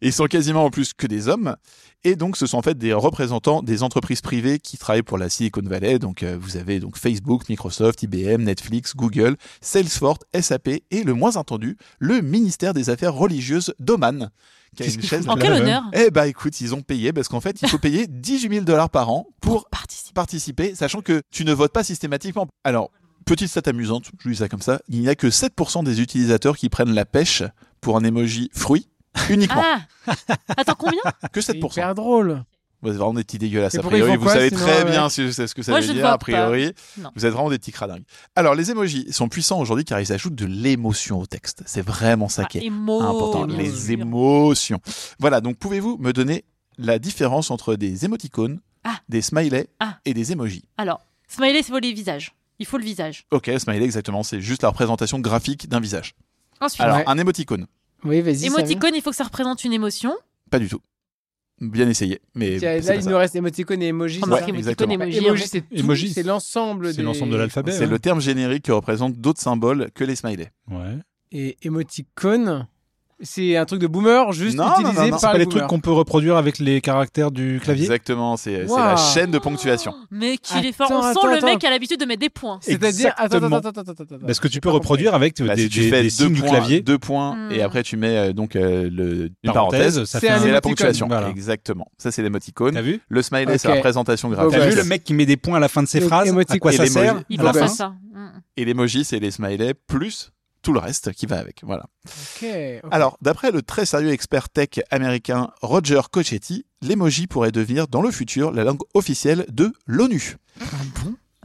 D: Et ils sont quasiment en plus que des hommes. Et donc, ce sont en fait des représentants des entreprises privées qui travaillent pour la Silicon Valley. Donc, euh, vous avez donc Facebook, Microsoft, IBM, Netflix, Google, Salesforce, SAP et le moins entendu, le ministère des Affaires religieuses d'Oman. qui a
B: Qu'est-ce
D: une
B: qu'ils
D: chaise
B: font
A: En
D: là-bas.
A: quel
B: Ouais.
A: honneur
D: Eh bah écoute, ils ont payé parce qu'en fait, il
A: [LAUGHS]
D: faut payer 18 000 dollars par an pour
A: Participer.
D: participer, sachant que tu ne votes pas systématiquement. Alors, petite stat amusante, je dis ça comme ça, il n'y a que 7% des utilisateurs qui prennent la pêche pour un emoji
C: [LAUGHS]
D: fruit uniquement.
A: Ah Attends,
D: [LAUGHS]
A: combien
D: Que
C: C'est
D: 7%.
C: hyper drôle.
D: Vous êtes vraiment des petits dégueulasses,
C: Ah, Et
D: a
C: pourquoi ils
D: priori.
C: font
D: Vous
C: quoi,
D: savez
C: sinon,
D: très
C: ouais.
D: bien ce, ce que ça
A: Moi,
D: veut
A: je
D: dire,
A: vote
D: a priori.
A: pas. Non.
D: Vous êtes vraiment des petits cradingues. Alors, les emojis sont puissants aujourd'hui car ils ajoutent de l'émotion au texte. C'est vraiment
C: Ah,
D: ça qui est
A: Ah, Émo,
D: Ah, important,
A: bien
D: les
A: sûr.
D: émotions. Voilà, donc pouvez-vous me donner la différence entre des émoticônes,
A: Ah.
D: des smileys
A: Ah.
D: et des emojis
A: Alors, smiley, c'est pour les visages. Il faut le visage.
D: Ok, smiley, exactement, c'est juste la représentation graphique d'un visage.
A: Ensuite,
D: Alors,
C: Ouais.
D: un émoticône,
C: Oui, vas-y. Samy.
A: émoticône, il faut que ça représente une émotion.
D: pas du tout. Bien essayé,
C: Tiens,
D: mais c'est
C: euh, Là,
D: pas
C: il
D: ça.
C: nous reste émoticône et emoji.
A: Oh,
C: c'est
A: marqué
C: ça
D: Ouais,
A: émoticône,
D: exactement.
A: emoji.
C: Emoji, c'est tout,
B: Emoji,
C: c'est l'ensemble.
B: C'est
C: des-
B: l'ensemble de l'alphabet.
D: c'est
B: ouais.
D: le terme générique qui représente d'autres symboles que les smileys.
B: Ouais.
C: Et émoticône, c'est un truc de boomer juste
D: Non, non,
C: utilisé
D: non, non,
C: par
D: c'est
B: Pas les
C: boomers.
B: trucs qu'on peut reproduire avec les caractères du clavier.
D: Exactement, c'est c'est
C: Waouh.
D: la chaîne de ponctuation.
A: Mais qu'il est fort.
C: Attends,
A: On sent
C: attends,
A: le mec
C: attends.
A: qui a l'habitude de mettre des points.
C: C'est-à-dire, attends,
B: Exactement.
C: attends, attends, attends, attends, attends.
B: Parce que tu
C: J'ai
B: peux
C: pas compris.
B: reproduire avec
D: Là,
B: des,
D: Bah, si tu
B: des-
D: fais
B: des signes
D: deux
B: du
D: points,
B: clavier,
D: deux points,
A: Hmm.
D: et après tu mets euh, donc euh, le, une parenthèse.
B: parenthèse, ça
C: C'est
B: fait
C: un
D: C'est
B: un...
D: la
C: émoticône,
D: ponctuation.
B: voilà.
D: Exactement. Ça, c'est l'émoticône.
B: T'as vu
D: Le smiley, c'est la
C: Ok.
D: représentation
C: Beau
D: graphique.
B: T'as
C: Ouais.
B: vu le mec qui met des points à la fin de ses
C: Et-
B: phrases À
C: émoticône.
B: quoi
D: Et
B: ça
D: les
B: sert
D: emojis.
A: Il
B: À la
A: faut
C: Alors,
A: faire
B: fin
C: ouais.
A: ça. Mm.
D: Et l'emoji, c'est les smileys plus tout le reste qui va avec. Voilà.
C: Ok, ok.
D: [LAUGHS] Alors, d'après le très sérieux expert tech américain Roger Cocchetti, l'emoji pourrait devenir dans le futur la langue officielle de l'ONU. Et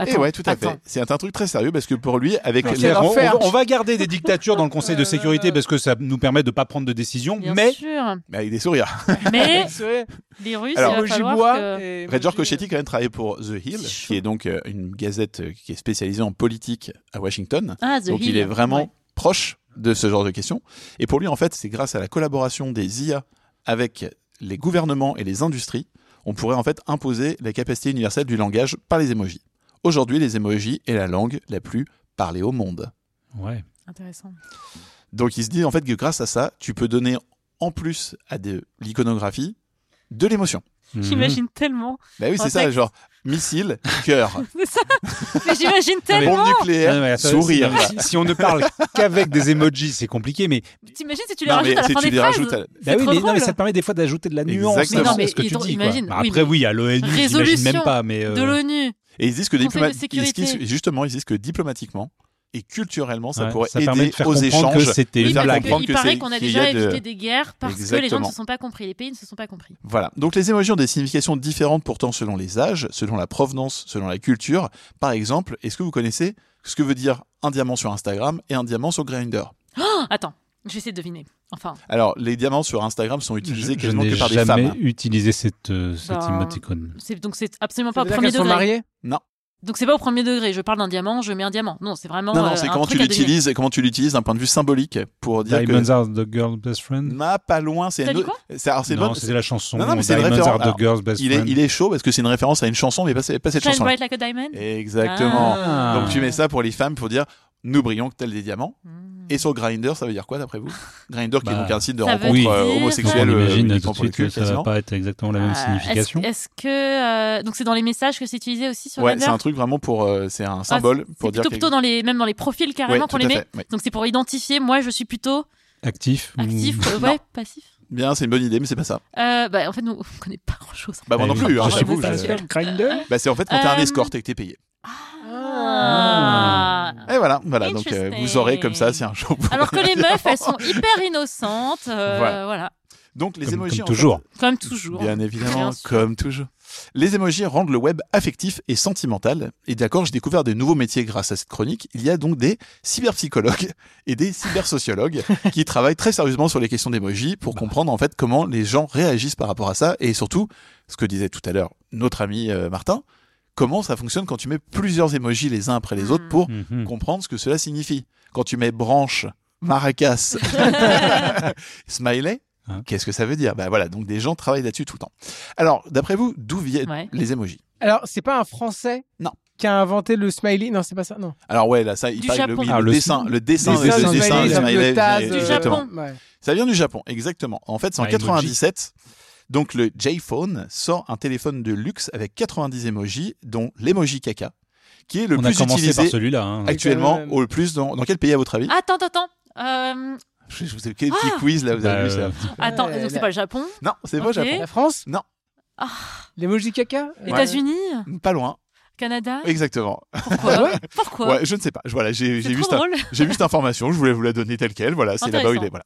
A: Attends,
D: ouais, tout à fait.
A: attends.
D: C'est un truc très sérieux parce que pour lui, avec
B: Alors,
C: quel
D: les-
B: c'est-à-dire, on-
C: enfer.
B: on, va garder des dictatures dans le Conseil de sécurité parce que ça nous permet de pas prendre de décision,
A: Bien
B: mais
A: sûr.
D: Mais avec des sourires.
C: [LAUGHS]
A: Mais
C: C'est
A: les Russes,
D: Alors,
A: il va falloir que...
D: Roger Cocchetti, quand même, travaillait pour The Hill,
A: euh, C'est chaud.
D: qui est donc euh, une gazette euh, qui est spécialisée en politique à Washington.
A: Ah, The
D: Donc
A: Hill.
D: il est vraiment
A: Ouais.
D: proche de ce genre de questions. Et pour lui, en fait, c'est grâce à la collaboration des IA avec les gouvernements et les industries, on pourrait en fait imposer la capacité universelle du langage par les émojis. Aujourd'hui, les émojis est la langue la plus parlée au monde.
B: ouais.
A: Intéressant.
D: Donc il se dit en fait que grâce à ça, tu peux donner en plus à de l'iconographie de l'émotion.
A: J'imagine tellement. [LAUGHS]
D: Bah oui,
A: En
D: c'est ça,
A: texte.
D: genre missile, cœur,
A: C'est ça. [LAUGHS] Mais j'imagine tellement.
D: bombe nucléaire,
B: Ah, mais attends,
D: sourire.
B: Si, si on ne parle qu'avec des emojis, c'est compliqué, mais
A: T'imagines si tu les
D: Non
A: rajoutes
D: mais
A: à la
D: si
A: fin
D: tu
A: des
D: les rajoutes,
A: phrases
D: à la-
B: Bah oui,
A: trop
B: mais, non, mais
A: drôle.
B: ça permet des fois d'ajouter de la nuance
D: Exactement.
B: dans
D: Mais non,
B: ce que
A: mais
B: tu
A: ils ont-
B: dis. quoi.
A: imagine,
B: Bah
A: oui,
B: après,
A: mais-
B: oui, à l'ONU, j'imagine
A: Résolution
B: même pas, mais euh,
A: de l'ONU.
D: Et ils disent que
A: Conseil de
D: diploma- ils
A: sécurité.
D: disent- justement, ils disent que diplomatiquement et culturellement, ça
B: ouais,
D: pourrait
B: ça permet
D: aider
B: de faire
D: aux
B: comprendre que
D: échanges.
B: c'était
D: de
A: Oui,
B: une
A: parce
D: faire
B: blague.
A: que
D: comprendre
A: il
D: que
A: paraît
D: c'est-
A: qu'on a
D: qu'il y
A: déjà
D: a de-
A: évité des guerres parce que les gens ne
D: Exactement.
A: se sont pas compris, les pays ne se sont pas compris.
D: Voilà. Donc les émojis ont des significations différentes pourtant selon les âges, selon la provenance, selon la culture. Par exemple, est-ce que vous connaissez ce que veut dire un diamant sur Instagram et un diamant sur Grindr
A: Ah, Attends, j'essaie de deviner. Enfin,
D: Alors, les diamants sur Instagram sont
B: Je,
D: utilisés
B: je
D: quasiment
B: n'ai
D: que par des
B: jamais
D: femmes.
B: utilisé cette, euh, cette
A: Bah,
B: émoticône.
A: c'est donc c'est absolument pas
C: pas
A: au premier
C: sont
A: degré.
C: mariés
A: Donc c'est pas au premier degré. Je parle d'un diamant, je mets un diamant. Non, c'est vraiment.
D: Non, non,
A: euh,
D: c'est
A: un
D: comment tu
A: truc à deviner.
D: l'utilises et comment tu l'utilises d'un point de vue symbolique pour dire
B: Diamonds
D: que.
B: are the girl's best friend
D: Ma pas loin, c'est
A: T'as
D: une
A: dit
D: autre- c'est- alors, c'est une
B: Non,
D: autre-
B: c'était la chanson.
D: Non, non, mais c'est une
B: Diamonds are
D: référence.
B: the girl's best
D: il, est,
B: friend.
D: il est chaud parce que c'est une référence à une chanson, mais pas, c'est pas cette
A: Shine
D: chanson.
A: bright like a diamond.
D: Exactement.
A: Ah.
D: Donc tu mets ça pour les femmes pour dire nous brillons tels des diamants.
A: Mm.
D: Et sur Grinder, ça veut dire quoi d'après vous Grinder qui
B: Bah,
D: est donc un site de
A: ça veut
D: rencontre
B: dire-
D: euh, homosexuelle.
B: on
D: euh,
B: imagine tout
D: uniquement
B: de
D: pour le
B: suite que
D: cul,
B: ça va
D: quasiment.
B: pas être exactement la même
A: Euh,
B: signification.
A: Est-ce, est-ce que euh, donc c'est dans les messages que c'est utilisé aussi sur
D: Ouais,
A: Grindr Ah,
D: c'est un truc vraiment pour. euh, c'est un symbole pour
A: C'est
D: dire.
A: plutôt, plutôt dans les même dans les profils carrément
D: Ouais,
A: qu'on
D: tout
A: les
D: à
A: met.
D: fait, ouais.
A: Donc c'est pour identifier. Moi, je suis plutôt
B: Actif ou-
A: actif, euh, ouais, passif.
D: Bien, c'est une bonne idée, mais c'est pas ça.
A: Euh, bah, en fait, nous, on [LAUGHS] connaît pas grand chose.
D: Bah, moi
B: Bah
D: non
B: oui,
D: plus, hein,
B: je
D: j'avoue.
A: sais pas,
D: je-
A: c'est-
C: Grinder
D: Bah, c'est en fait quand t'as un
A: Euh,
D: escorte et que t'es payé.
A: Ah.
D: Et voilà, voilà. Donc, euh,
A: Interesting.
D: vous saurez comme ça si un jour vous-
A: Alors que
D: [LAUGHS]
A: les meufs, elles sont hyper innocentes. euh,
D: Voilà.
A: voilà.
D: Donc, les
B: Comme-
D: emojis.
B: comme
D: en fait,
B: toujours.
A: Comme toujours.
D: Bien évidemment,
A: Bien sûr.
D: comme toujours. Les émojis rendent le web affectif et sentimental. Et d'accord, j'ai découvert des nouveaux métiers grâce à cette chronique. Il y a donc des cyberpsychologues et
A: [LAUGHS]
D: des cybersociologues qui travaillent très sérieusement sur les questions d'émojis
A: Bah.
D: pour comprendre en fait comment les gens réagissent par rapport à ça. Et surtout, ce que disait tout à l'heure notre ami euh, Martin, comment ça fonctionne quand tu mets plusieurs émojis les uns après les autres
A: Mhm.
D: pour
B: Mhm.
D: [LAUGHS] comprendre ce que cela signifie. Quand tu mets branche,
A: [LAUGHS]
D: maracas, smiley,
B: Hein
D: qu'est-ce que ça veut dire Bah voilà, donc des gens travaillent là-dessus tout le temps. Alors, d'après vous, d'où viennent
A: Ouais.
D: les emojis
C: Alors, c'est pas un Français
D: Non.
C: qui a inventé le smiley Non, c'est pas ça, non.
D: alors ouais, là, ça, il
A: Du
D: parle
A: Japon.
D: le,
B: Ah,
D: le
B: le
D: dessin, le dessin,
B: Le
D: le
B: dessin,
D: dessin,
B: smiley,
D: le
B: les
D: smiley,
A: Du
D: exactement.
A: Japon.
C: Ouais.
D: Ça vient du Japon, exactement. En fait, c'est en
B: Ah, emoji.
D: 97. Donc le J-Phone sort un téléphone de luxe avec 90 emojis, dont l'emoji caca, qui est le
B: On a
D: plus
B: commencé par
D: utilisé Ah,
B: celui-là. hein.
D: actuellement
C: Quand
A: Euh,
C: même.
D: au plus dans, dans quel pays à votre avis
A: Attends, attends, attends. Euh,
D: Je je vous ai quel
A: Ah.
D: petit quiz là, vous avez
B: Bah,
D: vu ça
B: euh,
A: attends,
C: Ouais,
A: donc c'est
C: la-
A: pas le Japon
D: Non, c'est pas
A: Ok.
D: au Japon.
C: La France
D: Non.
A: Ah.
C: L'emoji caca
D: Ouais.
A: États-Unis
D: Pas loin,
A: Canada
D: exactement.
A: Pourquoi Pourquoi
D: [LAUGHS] ouais, je ne sais pas. Je- Voilà, j'ai
A: C'est
D: j'ai vu,
A: trop
D: cette-
A: drôle.
D: j'ai vu cette information, je voulais vous la donner telle quelle. Voilà, c'est là-bas où il est. Voilà.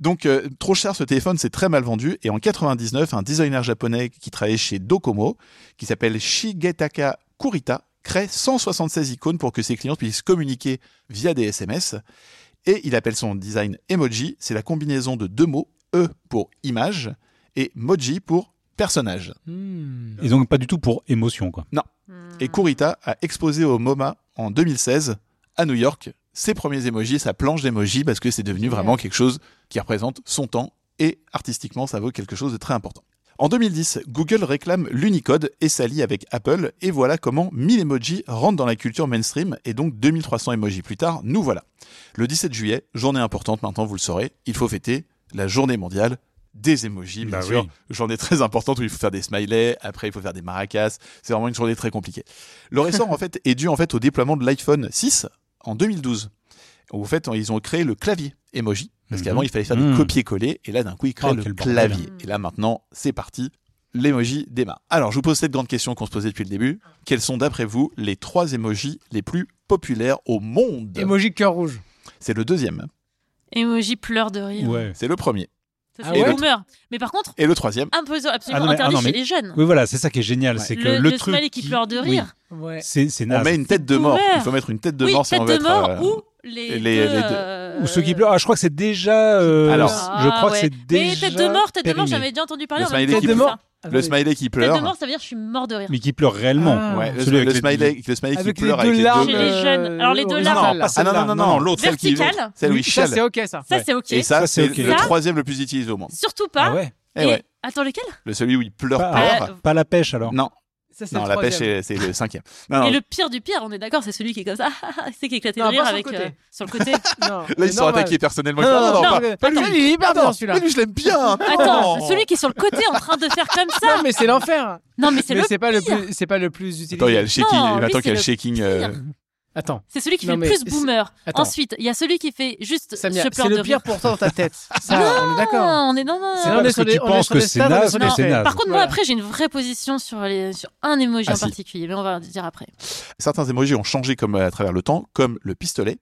D: Donc, euh, trop cher ce téléphone, c'est très mal vendu. Et en 99, un designer japonais qui travaillait chez Docomo, qui s'appelle Shigetaka Kurita, crée 176 icônes pour que ses clients puissent communiquer via des SMS. Et il appelle son design emoji. C'est la combinaison de deux mots, E pour image et moji pour personnage.
C: Hmm.
B: Et donc pas du tout pour émotion, quoi.
A: Hmm.
D: Et Kurita a exposé au MoMA en 2016 à New York ses premiers émojis, sa planche d'émojis, parce que c'est devenu vraiment quelque chose qui représente son temps et artistiquement, ça vaut quelque chose de très important. En 2010, Google réclame l'Unicode et s'allie avec Apple, et voilà comment 1000 emojis rentrent dans la culture mainstream, et donc 2300 emojis plus tard, nous voilà. Le 17 juillet, journée importante maintenant, vous le saurez, il faut fêter la journée mondiale des emojis, bien
B: Bah
D: sûr.
B: oui.
D: Journée très importante où il faut faire des smileys, après il faut faire des maracas, c'est vraiment une journée très compliquée. Le ressort en fait est dû en fait au déploiement de l'iPhone 6 en 2012. Où, en fait, ils ont créé le clavier emoji parce
B: Mhm.
D: qu'avant il fallait faire
B: Mhm.
D: des copier-coller et là d'un coup ils créent
B: Oh,
D: le
B: quel bordel.
D: clavier. Et là maintenant, c'est parti, l'emoji démarre. Alors, je vous pose cette grande question qu'on se posait depuis le début. Quels sont d'après vous les trois emojis les plus populaires au monde
C: Emoji cœur rouge.
D: C'est le deuxième,
A: Emoji pleure de rire.
B: Ouais.
D: c'est le premier
A: Ça,
C: Ah
A: c'est
C: ouais
A: boomer. Mais par contre,
D: et le troisième.
A: un peu absolument
B: Ah non, mais-
A: interdit
B: ah non, mais-
A: chez les jeunes.
B: Oui, voilà, c'est ça qui est génial,
D: Ouais.
B: c'est que
A: le
B: le,
A: le
B: truc
A: smiley qui pleure de
B: oui,
A: rire.
C: Ouais.
B: c'est c'est
D: On
B: naze.
D: met une tête de mort.
A: boomer.
D: Il faut mettre une tête de
A: oui,
D: mort si
A: tête
D: on veut
A: de
D: être,
A: mort
D: euh,
A: ou les,
D: les- les
A: deux,
D: deux.
A: euh,
B: Ou ceux qui pleurent. Ah, je crois que c'est déjà. euh,
D: Alors,
B: je crois que
A: ouais.
B: c'est déjà.
A: Mais tête de mort, tête de mort,
B: périmé.
A: j'avais déjà entendu parler.
D: Le
A: on m'a dit que
D: smiley qui
A: ça.
C: pleure.
D: le smiley qui
A: Tête de
D: pleure.
A: mort, ça veut dire je suis mort de rire.
B: Mais qui pleure réellement.
C: Ah.
D: Ouais, le,
B: Celui
D: le
B: avec les-
D: smiley, le smiley qui
C: Avec les
D: pleure
C: deux
D: avec
C: larmes.
A: Chez
D: les deux.
A: les
C: euh,
A: jeunes. Alors, les deux
C: non,
A: larmes.
C: non,
B: Non,
C: pas
B: pas
D: Ah non,
C: celle-là,
D: non, non, non, l'autre, celle qui.
A: Verticale.
D: l'autre, Celle où il
C: Ça,
D: chiale.
C: c'est ok, ça.
A: Ça,
B: Ouais.
A: c'est ok.
D: Et ça,
B: Ça, c'est
D: c'est
B: ok.
D: le
A: Ça
D: troisième le plus utilisé au monde.
A: Surtout
B: Ah
A: pas.
B: ouais. Ah
D: Eh ouais.
A: Attends, lequel
D: Le celui où il pleure
B: Pas-
D: par.
A: Euh,
B: Pas la pêche alors.
D: Non,
C: Ça, c'est
D: non,
C: le
D: la
C: troisième.
D: pêche, c'est c'est le cinquième. Non, non,
A: Et le pire du pire, on est d'accord, c'est celui qui est comme ça. [LAUGHS] Ah, c'est qui éclatait de
C: Non,
A: rire
C: pas sur le
A: avec.
C: côté.
A: euh, sur le
C: [LAUGHS]
A: côté.
C: Non,
D: Là, ils
C: c'est
D: sont
C: normal.
D: attaqués personnellement.
C: Non, non, non,
D: pas-
C: non,
D: pas
C: attends,
D: lui.
C: il est hyper
D: Attends,
C: bien, celui-là.
D: mais lui, je l'aime bien.
A: Attends,
D: non.
A: celui qui est sur le côté en train de faire comme ça.
C: Non, mais c'est l'enfer.
A: Non, mais c'est
C: Mais
A: le.
C: c'est pas le
A: pire.
C: plus, c'est pas le plus utilisé.
D: Attends, il y a le shaking.
A: Non, lui,
D: attends,
A: c'est
D: qu'il y a le
A: le
D: shaking. euh,
C: Attends,
A: C'est celui qui
C: Non,
A: fait
C: mais
A: le plus
C: c'est-
A: boomer.
C: attends.
A: Ensuite, il y a celui qui fait juste
C: Samia,
A: je
C: c'est
A: pleure de
C: le pire
A: rire.
C: pour toi dans ta tête. Ça, on est d'accord.
A: Non, on est non, non.
C: C'est
B: pas
C: on est
B: parce
C: sur
B: que
C: des-
B: tu
C: on est
B: penses
C: sur
B: que
C: des
B: c'est
C: stades, on est
B: naze
C: sur
B: que
A: des
B: c'est
A: faits.
B: naze.
A: Par contre, moi
C: Voilà.
A: après, j'ai une vraie position sur les sur un emoji
D: Ah,
A: en
D: si.
A: particulier, mais on va le dire après.
D: Certains emojis ont changé comme euh, à travers le temps, comme le pistolet.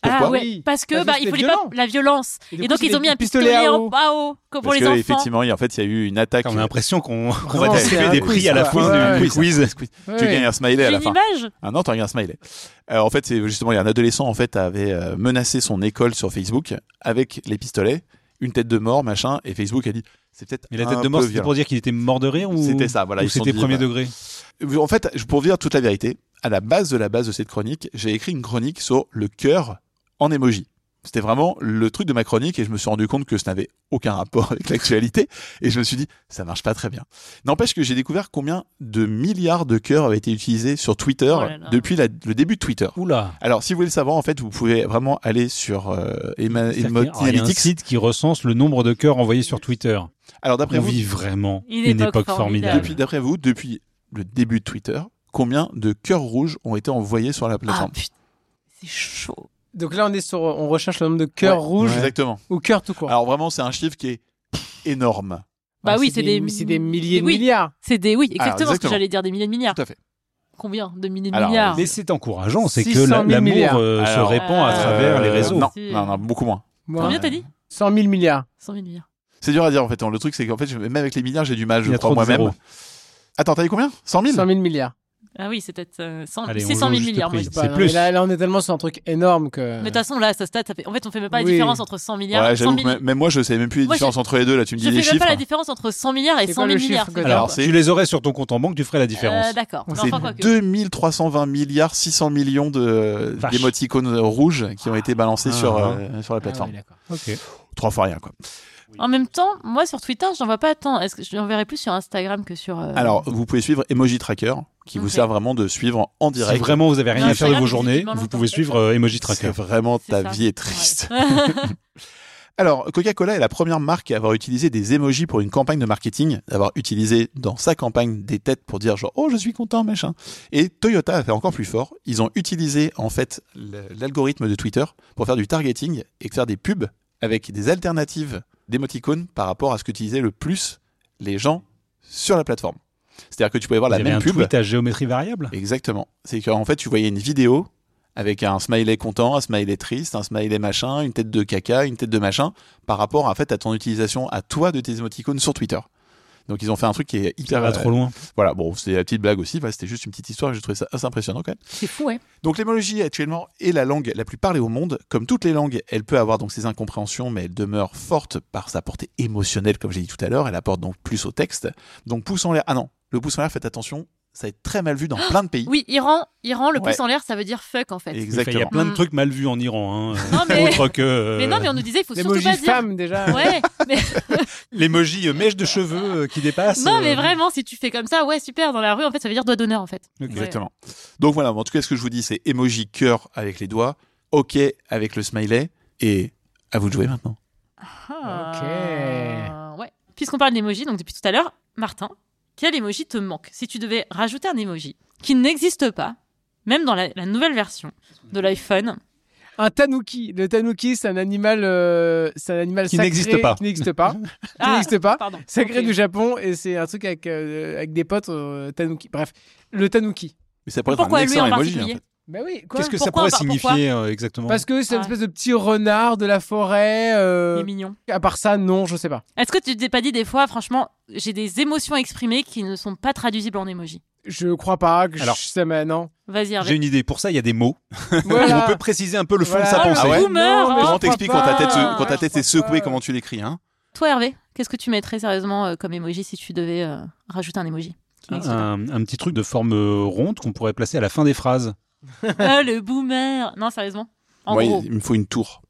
D: Pourquoi
A: ah ouais,
C: Oui.
A: parce que
C: Parce que
A: bah
C: c'était
A: il faut
C: violent.
A: pas la violence. Et,
C: du coup,
A: donc
C: c'est
A: ils ont mis
C: des
A: un
C: pistolets
A: pistolet
C: à
A: en
C: eau.
A: à eau comme pour
D: Parce
A: les
D: que,
A: enfants.
D: effectivement, il y a- en fait, il y a eu une attaque.
B: On a l'impression qu'on qu'on va
C: Vraiment, c'est
B: distribuer
C: un
B: des
C: quiz,
B: prix à la
C: quoi.
B: fin
C: Ouais,
B: du
D: ouais.
B: quiz.
D: Tu gagnes un smiley à
A: J'ai
D: la
A: une
D: fin.
A: image.
D: Ah non, t'as rien, smiley. Euh, en fait, c'est justement, il y a un adolescent en fait avait euh, menacé son école sur Facebook avec les pistolets, une tête de mort, machin, et Facebook a dit c'est peut-être
B: Mais la
D: un
B: tête de mort,
D: peu
B: c'était
D: violent.
B: pour dire qu'il était mort de rire ou
D: C'était ça, voilà.
B: ou
D: ils se sont
B: c'était
D: dit,
B: premier
D: bah,
B: degré.
D: En fait, je- pour vous dire toute la vérité, à la base de la base de cette chronique, j'ai écrit une chronique sur le cœur en émoji. C'était vraiment le truc de ma chronique et je me suis rendu compte que ça n'avait aucun rapport avec l'actualité et je me suis dit ça marche pas très bien. N'empêche que j'ai découvert combien de milliards de cœurs avaient été utilisés sur Twitter
A: Oh là là.
D: depuis la- le début de Twitter.
B: Oula.
D: Alors, si vous voulez le savoir, en fait, vous pouvez vraiment aller sur euh, Ema-
B: C'est-à-dire qu'il y
D: Emoji
B: a- alors, Oh, Il y a un
D: Analytics.
B: site qui recense le nombre de cœurs envoyés sur Twitter.
D: Alors, d'après
B: On
D: vous,
B: vit vraiment
A: Une
B: une,
A: époque
B: époque,
A: formidable.
B: formidable.
D: depuis, d'après vous, depuis le début de Twitter, combien de cœurs rouges ont été envoyés sur la
A: Ah
D: plateforme
A: putain, c'est chaud.
C: Donc là, on est sur, on recherche le nombre de cœurs rouges
D: Exactement.
C: ou cœurs tout court.
D: Alors, vraiment, c'est un chiffre qui est énorme.
A: Bah oui, c'est des-
C: Ah, c'est des milliers de
A: Oui.
C: milliards.
A: C'est des, oui,
D: Alors,
A: exactement, ce que
D: Ah, exactement.
A: j'allais dire, des milliers de milliards.
D: Tout à fait.
A: Combien De milliers de
D: Alors,
A: milliards
B: Mais c'est encourageant, c'est que
C: 600
B: la-
C: 000
B: l'amour
C: milliards.
B: euh, se
D: Alors,
B: répand à
A: euh,
B: travers les réseaux.
D: Non,
A: Si.
D: non, non, beaucoup moins.
C: Moi,
A: Combien t'as dit
D: euh,
C: 100 000 milliards.
A: 100 000 milliards.
D: C'est dur à dire en fait. Le truc, c'est qu'en fait, je- même avec les milliards, j'ai du mal,
B: Il
D: je
B: y a
D: crois
B: trop de
D: moi-même.
B: zéros.
D: Attends, t'as dit combien 100 000
C: 100 000 milliards.
A: Ah oui, c'est peut-être euh, 100
B: Allez,
A: c'est
B: on
A: 100
B: joue
A: 000
B: juste
A: milliards. moi,
B: prise.
A: je dis.
B: C'est
C: non,
B: plus.
C: mais Là, là, on est tellement sur un truc énorme que.
A: Mais de toute façon, là, ça se tâte. ça fait- En fait, on fait même pas la
C: Oui.
A: différence entre 100 milliards
D: Ouais,
A: 100
D: j'avoue que
A: 000
D: même- même moi, je sais même plus les
A: Moi, je-
D: différences entre les deux. Là, tu me
A: Je
D: dis
A: fais
D: les
A: même
D: chiffres.
A: pas la différence entre 100 milliards et
C: C'est
A: 100
C: quoi
A: 000
C: le chiffre
A: milliards.
C: que
A: c'est
C: t'as
B: Alors,
A: ça.
B: si tu les aurais sur ton compte en banque, tu ferais la différence.
A: Euh, D'accord. Mais
D: C'est
A: enfin, quoi que-
D: 2320 milliards 600 millions de
B: Vache.
D: d'émoticônes rouges qui ont été balancés
B: Ah,
D: sur
B: ah.
D: euh, sur la
C: Ah
D: plateforme.
C: oui, d'accord.
B: Ok.
D: Trois fois rien quoi.
A: En même temps, moi sur Twitter, j'en vois pas tant. Est-ce que j'en verrai plus sur Instagram que sur. euh,
D: Alors, vous pouvez suivre Emoji Tracker qui vous
A: Ok.
D: sert vraiment de suivre en direct.
B: Si vraiment vous avez rien
A: Non,
B: à faire de
A: Instagram,
B: vos
A: c'est
B: journées,
A: effectivement
B: vous
A: longtemps.
B: pouvez suivre euh, Emoji
D: C'est
B: Tracker.
D: vraiment
A: C'est
D: ta
A: ça.
D: vie est
A: Ouais. [LAUGHS]
D: triste. [LAUGHS] Alors, Coca-Cola est la première marque à avoir utilisé des emojis pour une campagne de marketing, d'avoir utilisé dans sa campagne des têtes pour dire genre oh je suis content machin. Et Toyota a fait encore plus fort. Ils ont utilisé en fait le- l'algorithme de Twitter pour faire du targeting et faire des pubs avec des alternatives d'émoticônes par rapport à ce qu'utilisaient le plus les gens sur la plateforme. C'est-à-dire que tu pouvais voir
B: Vous
D: la
B: avez
D: même
B: un
D: pub.
B: tweet à géométrie variable
D: Exactement. C'est qu'en fait, tu voyais une vidéo avec un smiley content, un smiley triste, un smiley machin, une tête de caca, une tête de machin, par rapport en fait à ton utilisation à toi de tes émoticônes sur Twitter. Donc ils ont fait un truc qui est
B: Ça
D: hyper. euh,
B: va trop loin.
D: Voilà, bon, c'était la petite blague aussi. Voilà, c'était juste une petite histoire. J'ai trouvé ça assez impressionnant quand même.
A: C'est fou, hein. ouais.
D: Donc l'émologie actuellement est la langue la plus parlée au monde. Comme toutes les langues, elle peut avoir donc ses incompréhensions, mais elle demeure forte par sa portée émotionnelle, comme j'ai dit tout à l'heure. Elle apporte donc plus au texte. Donc pouce en l'air. Ah non, le pouce en l'air, faites attention, ça va être très mal vu dans plein de pays.
A: Oui, Iran, Iran, le
D: Ouais.
A: pouce en l'air, ça veut dire fuck en fait.
B: Enfin, Il y a
D: Exactement.
B: plein de
A: Mm.
B: trucs mal vus en Iran. Hein. [LAUGHS]
A: Non mais.
B: Autre que euh,
A: Mais non, mais on nous disait, il faut surtout
C: L'emoji
A: pas dire.
C: femme, déjà.
A: [LAUGHS] Ouais, mais
B: l'emoji euh, mèche de cheveux euh, qui
C: Ah,
B: dépasse.
A: non, mais
B: euh,
A: vraiment, si tu fais comme ça, ouais, super, dans la rue, en fait, ça veut dire doigt d'honneur, en fait.
B: ok.
D: Exactement. Donc voilà, en tout cas, ce que je vous dis, c'est emoji cœur avec les doigts, OK avec le smiley, et à vous de jouer maintenant.
A: Ah, Ouais. Puisqu'on parle d'émoji, donc depuis tout à l'heure, Martin, quel emoji te manque Si tu devais rajouter un emoji qui n'existe pas, même dans la, la nouvelle version de l'iPhone,
C: Un tanuki. Le tanuki, c'est un animal, euh, c'est un animal
B: Qui
C: sacré
B: n'existe pas.
C: Qui n'existe
D: [LAUGHS]
C: pas. qui
A: Ah,
C: n'existe pas.
A: pardon.
C: Sacré
A: Ok.
C: du Japon et c'est un truc avec, euh, avec des potes euh, tanuki. Bref, le tanuki.
D: Mais ça pourrait être un
A: Pourquoi lui
D: excellent
A: en
D: emoji. en
A: particulier
D: fait.
C: Bah oui. quoi.
B: Qu'est-ce que ça
A: Pourquoi
B: pourrait
A: pas- pourquoi
B: signifier euh, exactement
C: Parce que c'est
A: Ah.
C: une espèce de petit renard de la forêt. euh,
A: Il est mignon.
C: à part ça, non, je sais pas.
A: Est-ce que tu t'es pas dit des fois, franchement, j'ai des émotions exprimées qui ne sont pas traduisibles en emoji
C: Je crois pas. Que
B: Alors.
C: je, ça m'a
D: [LAUGHS]
C: non.
A: Vas-y,
B: J'ai
A: Hervé.
B: une idée. Pour ça, il y a des mots.
C: Voilà.
B: On peut préciser un peu le fond
C: Voilà.
B: de sa
A: Oh, le
B: pensée.
D: Ah ouais
A: boomer,
C: Non, mais
A: hein.
C: je
D: Comment
C: crois
D: t'expliques
C: pas.
D: quand ta tête, se-
C: Je
D: quand ta tête
C: crois
D: est secouée,
C: pas.
D: comment tu l'écris hein
A: Toi, Hervé, qu'est-ce que tu mettrais sérieusement euh, comme emoji si tu devais euh, rajouter un emoji qui n'existe pas
B: Ah, Un, un petit truc de forme euh, ronde qu'on pourrait placer à la fin des phrases.
A: Ah, le boomer Non, sérieusement. En
D: Moi, il-
A: gros,
D: il me faut une tour.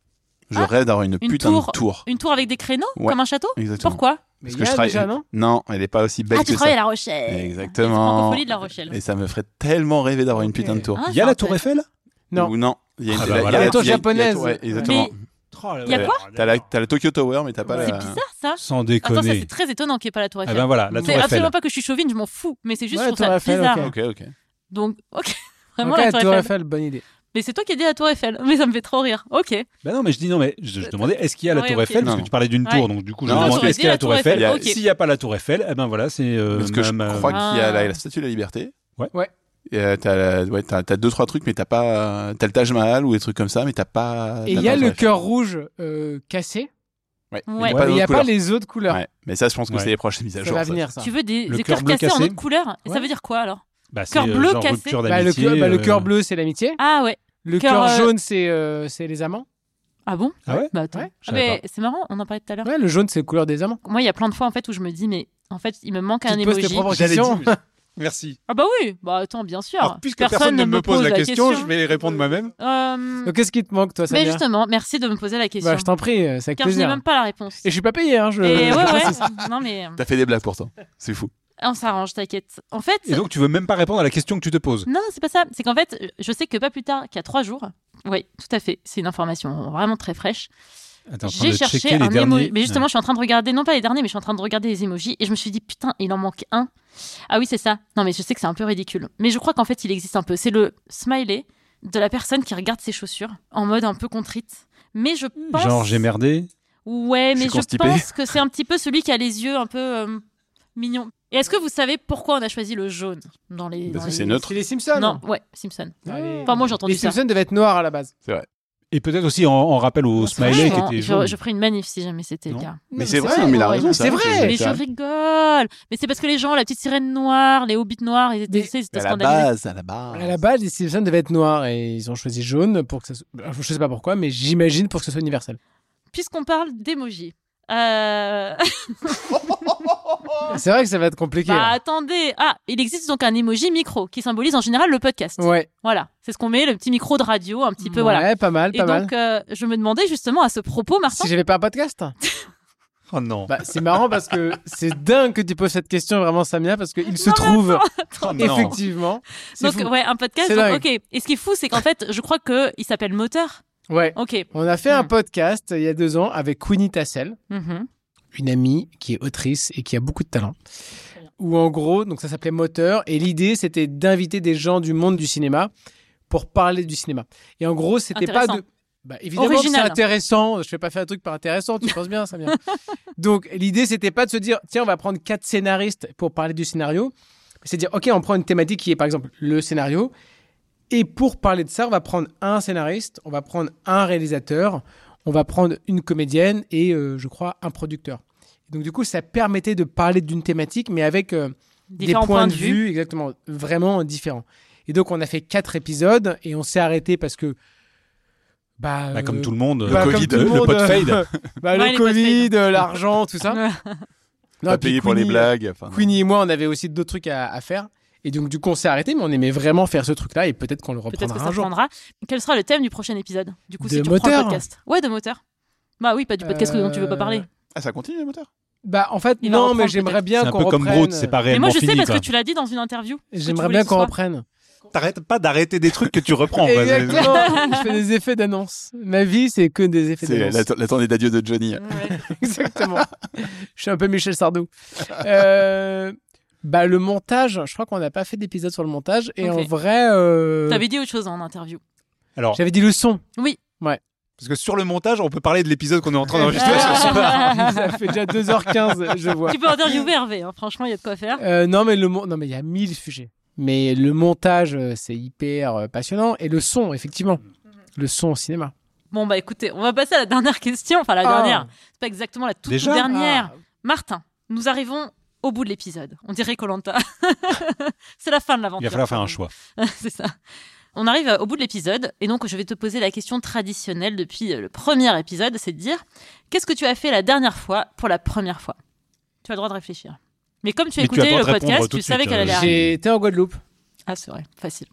D: Je
A: Ah,
D: rêve d'avoir une,
A: une
D: putain
A: tour.
D: de tour.
A: une tour avec des créneaux
D: Ouais.
A: Comme un château
D: Exactement.
A: Pourquoi
C: Mais
D: Parce
C: il
D: que
C: y
D: je
C: a
D: travaille-
C: déjà, non
D: Non, elle n'est pas aussi belle
A: Ah, tu
D: que
A: travailles à
D: ça.
A: La Rochelle
D: Exactement.
A: Et Francophonie de La Rochelle.
D: Et ça me ferait tellement rêver d'avoir une
C: Ok.
D: putain de tour.
A: Ah,
B: Il y a
A: c'est
B: la
A: un
B: tour
A: peu-
B: Eiffel
C: Non.
D: Ou non, il y
B: Ah,
D: a une
B: bah
D: il y
B: voilà.
D: a- il y a
B: La tour
D: il y a- il y a-
C: japonaise.
D: ouais, exactement.
A: Il y a quoi
D: T'as la, t'as la Tokyo Tower, mais t'as pas
A: C'est
D: la.
A: bizarre ça Attends,
B: Sans
A: ça
B: déconner.
A: c'est très étonnant qu'il n'y ait pas la tour
B: Ah
A: Eiffel.
B: ben voilà, la tour
C: C'est
A: c'est absolument
B: Eiffel.
A: pas que je suis chauvine, je m'en fous, mais c'est juste
C: Ouais,
A: je trouve
C: Tour
A: ça
C: Eiffel,
A: bizarre.
C: ok.
D: Ok, ok.
A: Donc, ok, [LAUGHS]
C: Ok,
A: vraiment la tour
C: Tour
A: Eiffel.
C: Eiffel, bonne idée.
A: Mais c'est toi qui as dit la tour Eiffel, mais ça me fait trop rire. Ok.
B: Ben non, mais je dis non, mais je, je demandais est-ce qu'il y a la
A: Ouais,
B: tour
A: ok.
B: Eiffel Parce
D: Non.
B: que tu parlais d'une
A: Ouais.
B: tour, donc du coup, je
D: Non,
B: demande
D: j'aurais
B: est-ce
A: dit
B: qu'il y a
A: la
B: la tour
A: tour
B: Eiffel
D: Eiffel,
A: ok.
B: S'il n'y a pas la tour Eiffel, eh ben voilà, c'est. euh,
D: Parce que je
B: ma- ma-
D: crois qu'il y a
A: Ah.
D: la, la Statue de la Liberté.
B: Ouais.
C: Ouais.
D: Et, euh, t'as, la- ouais, t'as, t'as deux trois trucs, mais t'as pas, t'as le Taj Mahal ou des trucs comme ça, mais t'as pas.
C: Et
D: Euh,
C: il
D: t'as
C: y
D: pas
C: a le
D: Ouais.
C: cœur rouge euh, cassé.
D: Ouais.
A: Ouais.
D: Mais
C: mais Il n'y a
D: d'autres
C: pas les autres couleurs.
D: couleurs. Ouais. Mais ça, je pense que
B: Ouais.
D: c'est les prochaines mises à
C: Ça
D: jour.
C: va
D: ça.
C: venir ça.
A: Tu veux des
B: Le
A: des
B: cœur
A: cœurs
B: bleu
A: cassés en
B: cassé.
A: autre couleur Et ça
C: Ouais.
A: veut dire quoi alors
B: bah, c'est,
A: cœur
B: euh,
A: bleu
B: genre
A: cassé.
B: rupture
C: Bah, le, cœur,
B: d'amitié,
C: bah, le
B: euh,
C: cœur bleu, c'est l'amitié.
A: Ah ouais.
C: Le
A: cœur,
C: cœur
A: euh,
C: jaune, c'est euh, c'est les amants.
A: Ah bon
B: Ah ouais
A: Bah attends.
C: Ouais,
B: je
A: Ah,
B: savais
A: mais c'est marrant, on en parlait tout à l'heure.
C: Ouais, le jaune, c'est la couleur des amants.
A: Moi, il y a plein de fois en fait où je me dis mais en fait, il me manque
C: Tu
A: un
C: te poses tes
A: emoji.
C: propres
B: J'allais
C: questions.
B: dire, Merci.
A: Ah bah oui, bah attends, bien sûr.
B: Alors, puisque personne, ne me pose la question, je vais répondre moi-même.
A: Euh,
C: Donc, qu'est-ce qui te manque, toi,
A: mais
C: Samir
A: justement, merci de me poser la question.
C: Bah, je t'en prie, euh, c'est avec
A: car je n'ai
C: plaisir.
A: même pas la réponse.
C: Et je suis pas payé, hein. Je...
A: Et ouais,
C: je
A: ouais.
C: précise.
A: non mais euh,
D: T'as fait des blagues pourtant. C'est fou.
A: on s'arrange, t'inquiète. En fait,
B: Et donc, tu veux même pas répondre à la question que tu te poses
A: non, c'est pas ça. C'est qu'en fait, je sais que pas plus tard qu'à trois jours. Oui, tout à fait. C'est une information vraiment très fraîche.
B: Attends, en train
A: J'ai
B: de
A: cherché
B: checker les
A: un
B: derniers.
A: emoji. Mais justement, je suis en train de regarder, non pas les derniers, mais je suis en train de regarder les emojis. Et je me suis dit, putain, il en manque un. Ah oui, c'est ça. Non, mais je sais que c'est un peu ridicule. Mais je crois qu'en fait, il existe un peu. C'est le smiley de la personne qui regarde ses chaussures en mode un peu contrite. Mais je pense.
B: Genre, j'ai merdé.
A: Ouais,
D: Je
A: mais
D: suis
A: je
D: constipé.
A: pense que c'est un petit peu celui qui a les yeux un peu euh, mignons. Et est-ce que vous savez pourquoi on a choisi le jaune dans les.
D: Parce
A: dans
D: que
A: les-
D: c'est neutre.
C: C'est les Simpsons.
A: Non, ouais, Simpson.
C: Ah, les-
A: Enfin, moi, j'ai entendu
C: les
A: ça.
C: Simpsons devaient être noirs à la base.
B: Et peut-être aussi en, en rappel au
C: Franchement,
B: smiley qui
A: Franchement,
B: était
A: je,
B: jaune.
A: je ferai une manif si jamais c'était le
B: Non.
A: cas.
D: Mais
C: c'est
D: c'est vrai,
C: ça,
D: mais il a
A: ouais,
D: raison.
A: non,
C: c'est vrai.
A: Mais je rigole Mais c'est parce que les gens, la petite sirène noire, les hobbits noirs, ils étaient,
C: Mais-
A: tu sais, ils étaient
D: À la
A: scandalisés.
D: base, à la
C: À la
D: base.
C: base, les Simpsons devaient être noirs et ils ont choisi jaune pour que ça. soit- Je sais pas pourquoi, mais j'imagine pour que ce soit universel.
A: Puisqu'on parle d'emoji.
C: [LAUGHS]
A: Euh...
C: C'est vrai que ça va être compliqué.
A: Bah
C: là.
A: attendez Ah, il existe donc un emoji micro qui symbolise en général le podcast.
C: hein. Ouais.
A: Voilà, c'est ce qu'on met, le petit micro de radio, un petit peu, voilà.
C: Ouais, pas mal,
A: Et
C: pas mal.
A: donc, euh, je me demandais justement à ce propos, Martin,
C: Si j'avais pas un podcast
B: Oh non.
C: Bah, c'est marrant parce que c'est dingue que tu poses cette question vraiment Samia parce qu'il se
A: Non, mais
C: trouve
B: Oh non.
C: effectivement. c'est
A: donc
C: fou.
A: ouais, un podcast,
C: C'est
A: donc,
C: dingue.
A: ok. Et ce qui est fou, c'est qu'en fait, je crois que il s'appelle Moteur.
C: Ouais.
A: Ok.
C: On a fait un
A: euh, Hmm.
C: podcast il y a deux ans avec Queenie Tassel,
A: Mhm.
C: une amie qui est autrice et qui a beaucoup de talent. Où en gros, donc ça s'appelait Moteur et l'idée c'était d'inviter des gens du monde du cinéma pour parler du cinéma. Et en gros, c'était pas
A: Intéressant.
C: de bah, évidemment que c'est
A: Original.
C: intéressant, je vais pas faire un truc par intéressant, tu penses bien Samia. donc l'idée c'était pas de se dire tiens, on va prendre quatre scénaristes pour parler du scénario, mais c'est de dire OK, on prend une thématique qui est par exemple le scénario et pour parler de ça, on va prendre un scénariste, on va prendre un réalisateur, on va prendre une comédienne et euh, je crois un producteur. Donc du coup, ça permettait de parler d'une thématique, mais avec euh, des
A: Différents
C: points, de vue, exactement, vraiment différents. Et donc on a fait quatre épisodes et on s'est arrêté parce que bah,
B: Bah, comme
C: euh,
B: tout le monde, le
C: bah, comme
B: Covid,
C: tout le
B: le
C: monde,
B: pot de fade.
C: bah, le
A: Ouais, les
C: Covid, euh, l'argent, tout ça. Non,
D: Pas
C: et puis
D: payé pour les
C: Queenie, euh,
D: blagues. enfin,
C: Queenie et moi, on avait aussi d'autres trucs à, à faire. Et donc du coup, on s'est arrêté, mais on aimait vraiment faire ce truc-là et peut-être qu'on le
A: Peut-être que
C: reprendra
A: ça
C: un jour.
A: prendra. Quel sera le thème du prochain épisode Du coup,
C: De
A: si tu reprends
C: moteur.
A: le podcast. Ouais, de moteur. Bah oui, pas du podcast
C: Euh,
A: dont tu veux pas parler.
D: Ah, ça continue le moteur
C: Bah en fait,
A: Il va
C: non,
A: reprendre
C: mais j'aimerais bien
B: C'est un
C: qu'on
B: peu
C: reprenne.
B: comme Broad, c'est pas
A: Mais
B: réellement
A: moi, je sais
B: fini.
A: parce
B: quoi.
A: que tu l'as dit dans une interview. que tu
C: J'aimerais
A: voulais
C: bien
A: que ce
C: qu'on
A: soit.
C: reprenne.
B: T'arrêtes pas d'arrêter des trucs que tu reprends. quoi.
C: Exactement. je fais des effets d'annonce. Ma vie, c'est que des effets
D: C'est
C: d'annonce.
D: l'att- l'attendez d'adieu de Johnny.
A: Ouais.
C: [LAUGHS] Exactement. je suis un peu Michel Sardou. Euh, bah, le montage, je crois qu'on n'a pas fait d'épisode sur le montage. Et
A: Ok.
C: en vrai, euh,
A: T'avais dit autre chose en interview.
B: Alors,
C: j'avais dit le son.
B: parce que sur le montage, on peut parler de l'épisode qu'on est en train d'enregistrer.
A: Ah.
B: Oh, sur-
C: [LAUGHS] Ça fait déjà 2h15, je vois.
A: Tu peux interviewer Hervé, hein. franchement, il y a de quoi faire.
C: Euh, non, mais le mon- non, mais il y a mille sujets. Mais le montage, euh, c'est hyper euh, passionnant. Et le son, effectivement. Le son au cinéma.
A: Bon, bah écoutez, on va passer à la dernière question. Enfin, la
C: Ah.
A: dernière. C'est pas exactement la toute
B: Déjà
A: dernière.
C: Ah.
A: Martin, nous arrivons au bout de l'épisode. On dirait Colanta. [LAUGHS] C'est la fin de l'aventure.
B: Il va falloir faire un choix.
A: [LAUGHS] C'est ça. On arrive euh, au bout de l'épisode et donc je vais te poser la question traditionnelle depuis euh, le premier épisode, c'est de dire qu'est-ce que tu as fait la dernière fois pour la première fois Tu as le droit de réfléchir. Mais comme tu as
B: Mais tu
A: écouté
B: as le droit
A: le
B: de répondre
A: podcast,
B: tout
A: tu
B: de suite,
A: savais qu'elle
B: euh,
A: allait arriver.
C: J'ai été en Guadeloupe.
A: Ah, c'est vrai, facile.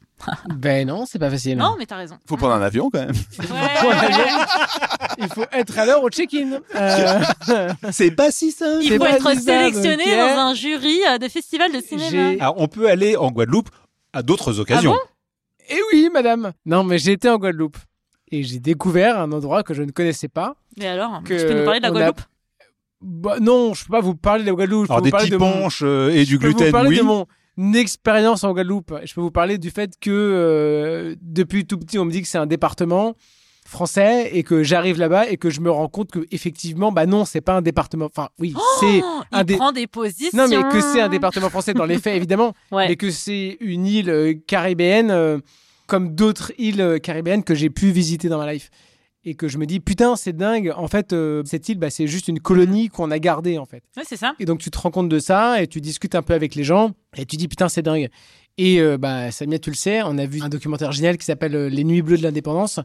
C: Ben non, c'est pas facile.
A: Non, mais t'as raison.
D: Faut prendre un avion quand même.
A: [LAUGHS] Ouais.
C: Il faut être à l'heure au check-in. Euh,
B: C'est pas si simple.
A: Il
C: [LAUGHS] C'est
A: faut
C: pas
A: être
C: réalisable,
A: sélectionné
C: ok.
A: dans un jury euh, de festival de [LAUGHS] cinéma.
C: J'ai-
B: Alors, on peut aller en Guadeloupe à d'autres occasions.
C: Eh oui, madame. Non, mais j'ai été en Guadeloupe et j'ai découvert un endroit que je ne connaissais pas.
A: Mais alors,
C: Que
A: tu peux nous parler de la
C: on a-
A: Guadeloupe
C: Bah, non, je peux pas vous parler de la Guadeloupe. Je
B: Alors
C: peux vous
B: des
C: parler
B: petits
C: de mon...
B: ponches euh, et du
C: Je peux vous
B: gluten,
C: parler
B: oui.
C: de mon expérience en Guadeloupe. Je peux vous parler du fait que euh, depuis tout petit, on me dit que c'est un département français et que j'arrive là-bas et que je me rends compte que effectivement, bah non, c'est pas un département. Enfin, oui, c'est
A: Oh,
C: un
A: Il
C: des-
A: prend des positions.
C: non, mais que c'est un département français dans les faits, évidemment.
A: Ouais.
C: mais que c'est une île euh, caribéenne euh, comme d'autres îles euh, caribéennes que j'ai pu visiter dans ma life. Et que je me dis, putain, c'est dingue. En fait, euh, cette île, bah, c'est juste une colonie qu'on a gardée, en fait.
A: Ouais, c'est ça.
C: Et donc, tu te rends compte de ça et tu discutes un peu avec les gens et tu dis, putain, c'est dingue. Et euh, bah, Samia, tu le sais, on a vu un documentaire génial qui s'appelle euh, Les Nuits Bleues de l'Indépendance,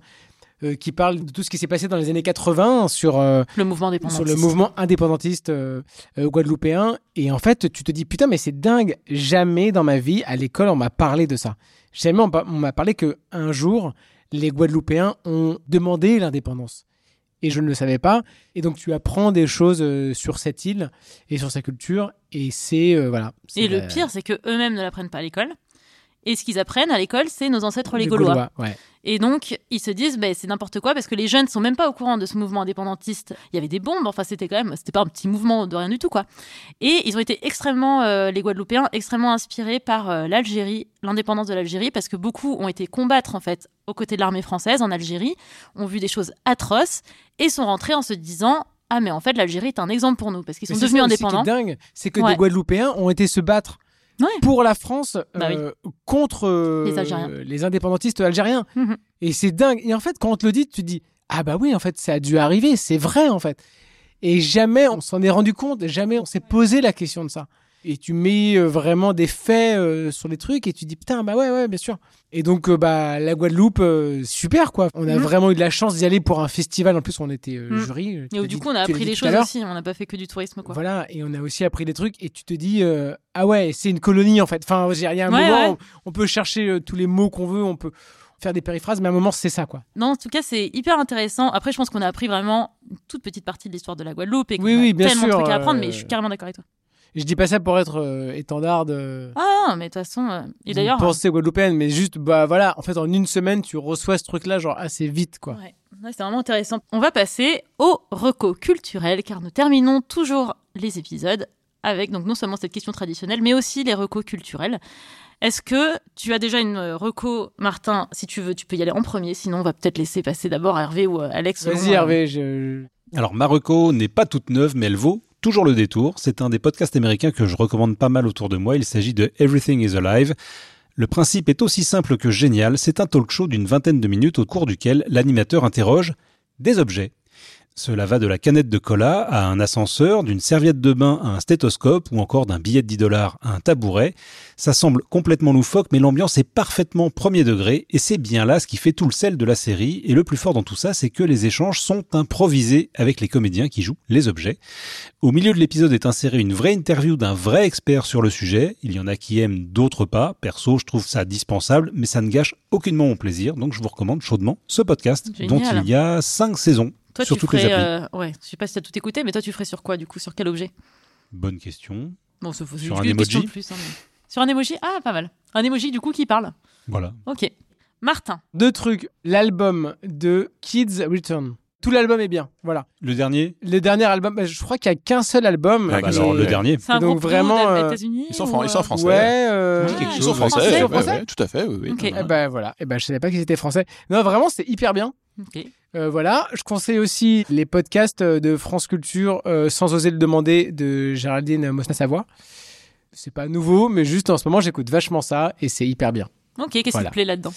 C: euh, qui parle de tout ce qui s'est passé dans les années 80 sur euh,
A: Le mouvement dépendant.
C: sur le mouvement indépendantiste euh, euh, guadeloupéen. Et en fait, tu te dis, putain, mais c'est dingue. Jamais dans ma vie, à l'école, on m'a parlé de ça. Jamais on m'a- on m'a parlé que un jour, les Guadeloupéens ont demandé l'indépendance. Et je ne le savais pas. Et donc, tu apprends des choses euh, sur cette île et sur sa culture. Et c'est, euh, voilà. C'est
A: Et le
C: la-
A: pire, c'est que eux-mêmes ne l'apprennent pas à l'école. Et ce qu'ils apprennent à l'école, c'est nos ancêtres les
C: les
A: Gaulois.
C: ouais.
A: Et donc, ils se disent, ben c'est n'importe quoi, parce que les jeunes sont même pas au courant de ce mouvement indépendantiste. Il y avait des bombes, enfin, c'était quand même, c'était pas un petit mouvement de rien du tout, quoi. Et ils ont été extrêmement, euh, les Guadeloupéens, extrêmement inspirés par euh, l'Algérie, l'indépendance de l'Algérie, parce que beaucoup ont été combattre, en fait, aux côtés de l'armée française en Algérie, ont vu des choses atroces, et sont rentrés en se disant, ah mais en fait l'Algérie est un exemple pour nous parce qu'ils sont
C: Mais c'est
A: devenus
C: ça aussi qui est
A: indépendants.
C: dingue, c'est que
A: Ouais.
C: des Guadeloupéens ont été se battre
A: Ouais.
C: pour la France
A: Bah
C: euh, contre euh,
A: Les Algériens.
C: les indépendantistes algériens.
A: Mhm.
C: Et c'est dingue. Et en fait, quand on te le dit, tu te dis ah bah oui, en fait, ça a dû arriver, c'est vrai en fait. Et jamais on s'en est rendu compte, jamais on s'est posé la question de ça. Et tu mets euh, vraiment des faits euh, sur les trucs et tu dis putain bah ouais ouais bien sûr. Et donc euh, bah la Guadeloupe euh, super quoi. On a
A: Mhm.
C: vraiment eu de la chance d'y aller pour un festival en plus on était euh,
A: Mhm.
C: jury. euh, tu
A: Et
C: l'as
A: du
C: dit-
A: coup on a
C: tu l'as
A: appris
C: dit
A: des
C: tout à
A: choses
C: l'heure.
A: aussi, on n'a pas fait que du tourisme quoi.
C: Voilà, et on a aussi appris des trucs, et tu te dis, euh, ah ouais, c'est une colonie en fait. Enfin, je veux dire, il y a un
A: Ouais,
C: moment,
A: ouais.
C: on, on peut chercher euh, tous les mots qu'on veut, on peut faire des périphrases, mais à un moment, c'est ça quoi.
A: Non, en tout cas, c'est hyper intéressant. Après, je pense qu'on a appris vraiment une toute petite partie de l'histoire de la Guadeloupe et qu'on
C: Oui,
A: a
C: oui, bien
A: tellement de
C: sûr,
A: trucs à apprendre,
C: euh,
A: mais je suis carrément d'accord avec toi.
C: Et je dis pas ça pour être euh, étendard de.
A: Ah, non, mais de toute façon, euh, et d'ailleurs,
C: Penser guadeloupéenne, mais juste, bah voilà, en fait, en une semaine, tu reçois ce truc-là, genre assez vite quoi.
A: Ouais, ouais, c'est vraiment intéressant. On va passer au reco culturel, car nous terminons toujours les épisodes avec donc non seulement cette question traditionnelle, mais aussi les recos culturels. Est-ce que tu as déjà une euh, reco, Martin Si tu veux, tu peux y aller en premier. Sinon, on va peut-être laisser passer d'abord à Hervé ou à Alex. selon,
C: Vas-y,
A: euh,
C: Hervé, je.
B: Alors, Marocco n'est pas toute neuve, mais elle vaut toujours le détour. C'est un des podcasts américains que je recommande pas mal autour de moi. Il s'agit de Everything is Alive. Le principe est aussi simple que génial. C'est un talk show d'une vingtaine de minutes au cours duquel l'animateur interroge des objets. Cela va de la canette de cola à un ascenseur, d'une serviette de bain à un stéthoscope ou encore d'un billet de 10 dollars à un tabouret. Ça semble complètement loufoque, mais l'ambiance est parfaitement premier degré, et c'est bien là ce qui fait tout le sel de la série. Et le plus fort dans tout ça, c'est que les échanges sont improvisés avec les comédiens qui jouent les objets. Au milieu de l'épisode est insérée une vraie interview d'un vrai expert sur le sujet. Il y en a qui aiment, d'autres pas. Perso, je trouve ça dispensable, mais ça ne gâche aucunement mon plaisir. Donc je vous recommande chaudement ce podcast,
A: Génial.
B: dont il y a cinq saisons.
A: Toi,
B: sur
A: tu
B: toutes les
A: ferais.
B: applis.
A: euh, ouais, je sais pas si t'as tout écouté, mais toi, tu ferais sur quoi du coup Sur quel objet
B: Bonne question.
A: Bon, c'est c'est
B: Sur
A: une
B: un
A: question
B: emoji
A: de plus, hein, mais- Sur un emoji Ah, pas mal. Un emoji du coup qui parle.
B: Voilà.
A: Ok. Martin.
C: Deux trucs. L'album de Kids Return. Tout l'album est bien, voilà.
B: Le dernier
C: Le dernier album, bah, je crois qu'il y a qu'un seul album.
D: Ah,
B: Ah bah
D: ils
C: mais-
B: Alors,
D: sont-
B: le dernier.
A: C'est un
C: Donc,
A: groupe
C: vraiment,
A: des
C: euh,
A: États-Unis
D: Ils sont,
A: ou,
D: fran-
A: euh,
D: ils sont français.
C: Ouais, euh,
A: Dis quelque
D: Ils sont
A: chose.
D: français,
A: Français,
D: ouais,
C: français.
D: ouais, tout à fait. Oui, oui.
A: Ok.
D: Non,
C: Eh
D: non.
C: ben voilà, eh ben, je savais pas qu'ils étaient français. Non, vraiment, c'est hyper bien.
A: Ok.
C: Euh, voilà, je conseille aussi les podcasts euh, de France Culture, euh, sans oser le demander, de Géraldine Mosna-Savoie. C'est pas nouveau, mais juste en ce moment, j'écoute vachement ça et c'est hyper bien.
A: Ok, qu'est-ce qui
C: Voilà.
A: te plaît là-dedans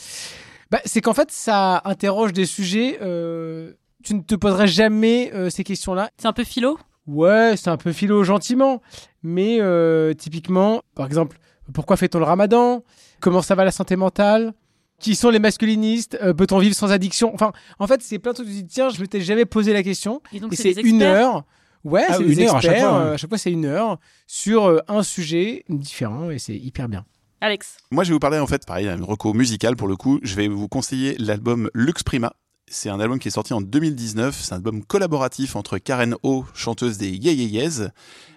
C: Bah, c'est qu'en fait, ça interroge des sujets. euh, tu ne te poserais jamais euh, ces questions-là.
A: C'est un peu philo
C: Ouais, c'est un peu philo gentiment, mais euh, typiquement, par exemple, pourquoi fait-on le ramadan Comment ça va la santé mentale Qui sont les masculinistes Euh, Peut-on vivre sans addiction Enfin, en fait, c'est plein de trucs. Tu te dis, tiens, je m'étais jamais posé la question.
A: Et donc
C: et
A: c'est
C: c'est
A: des
C: une
A: experts.
C: heure. Ouais,
B: Ah,
C: c'est
B: une
C: des
B: heure à chaque
C: experts,
B: fois, ouais.
C: euh, À chaque fois, c'est une heure sur euh, un sujet différent et c'est hyper bien.
A: Alex.
D: Moi, je vais vous parler en fait, pareil, d'une reco musicale pour le coup. Je vais vous conseiller l'album Lux Prima. C'est un album qui est sorti en 2019. C'est un album collaboratif entre Karen O, chanteuse des Yeah Yeah Yeahs,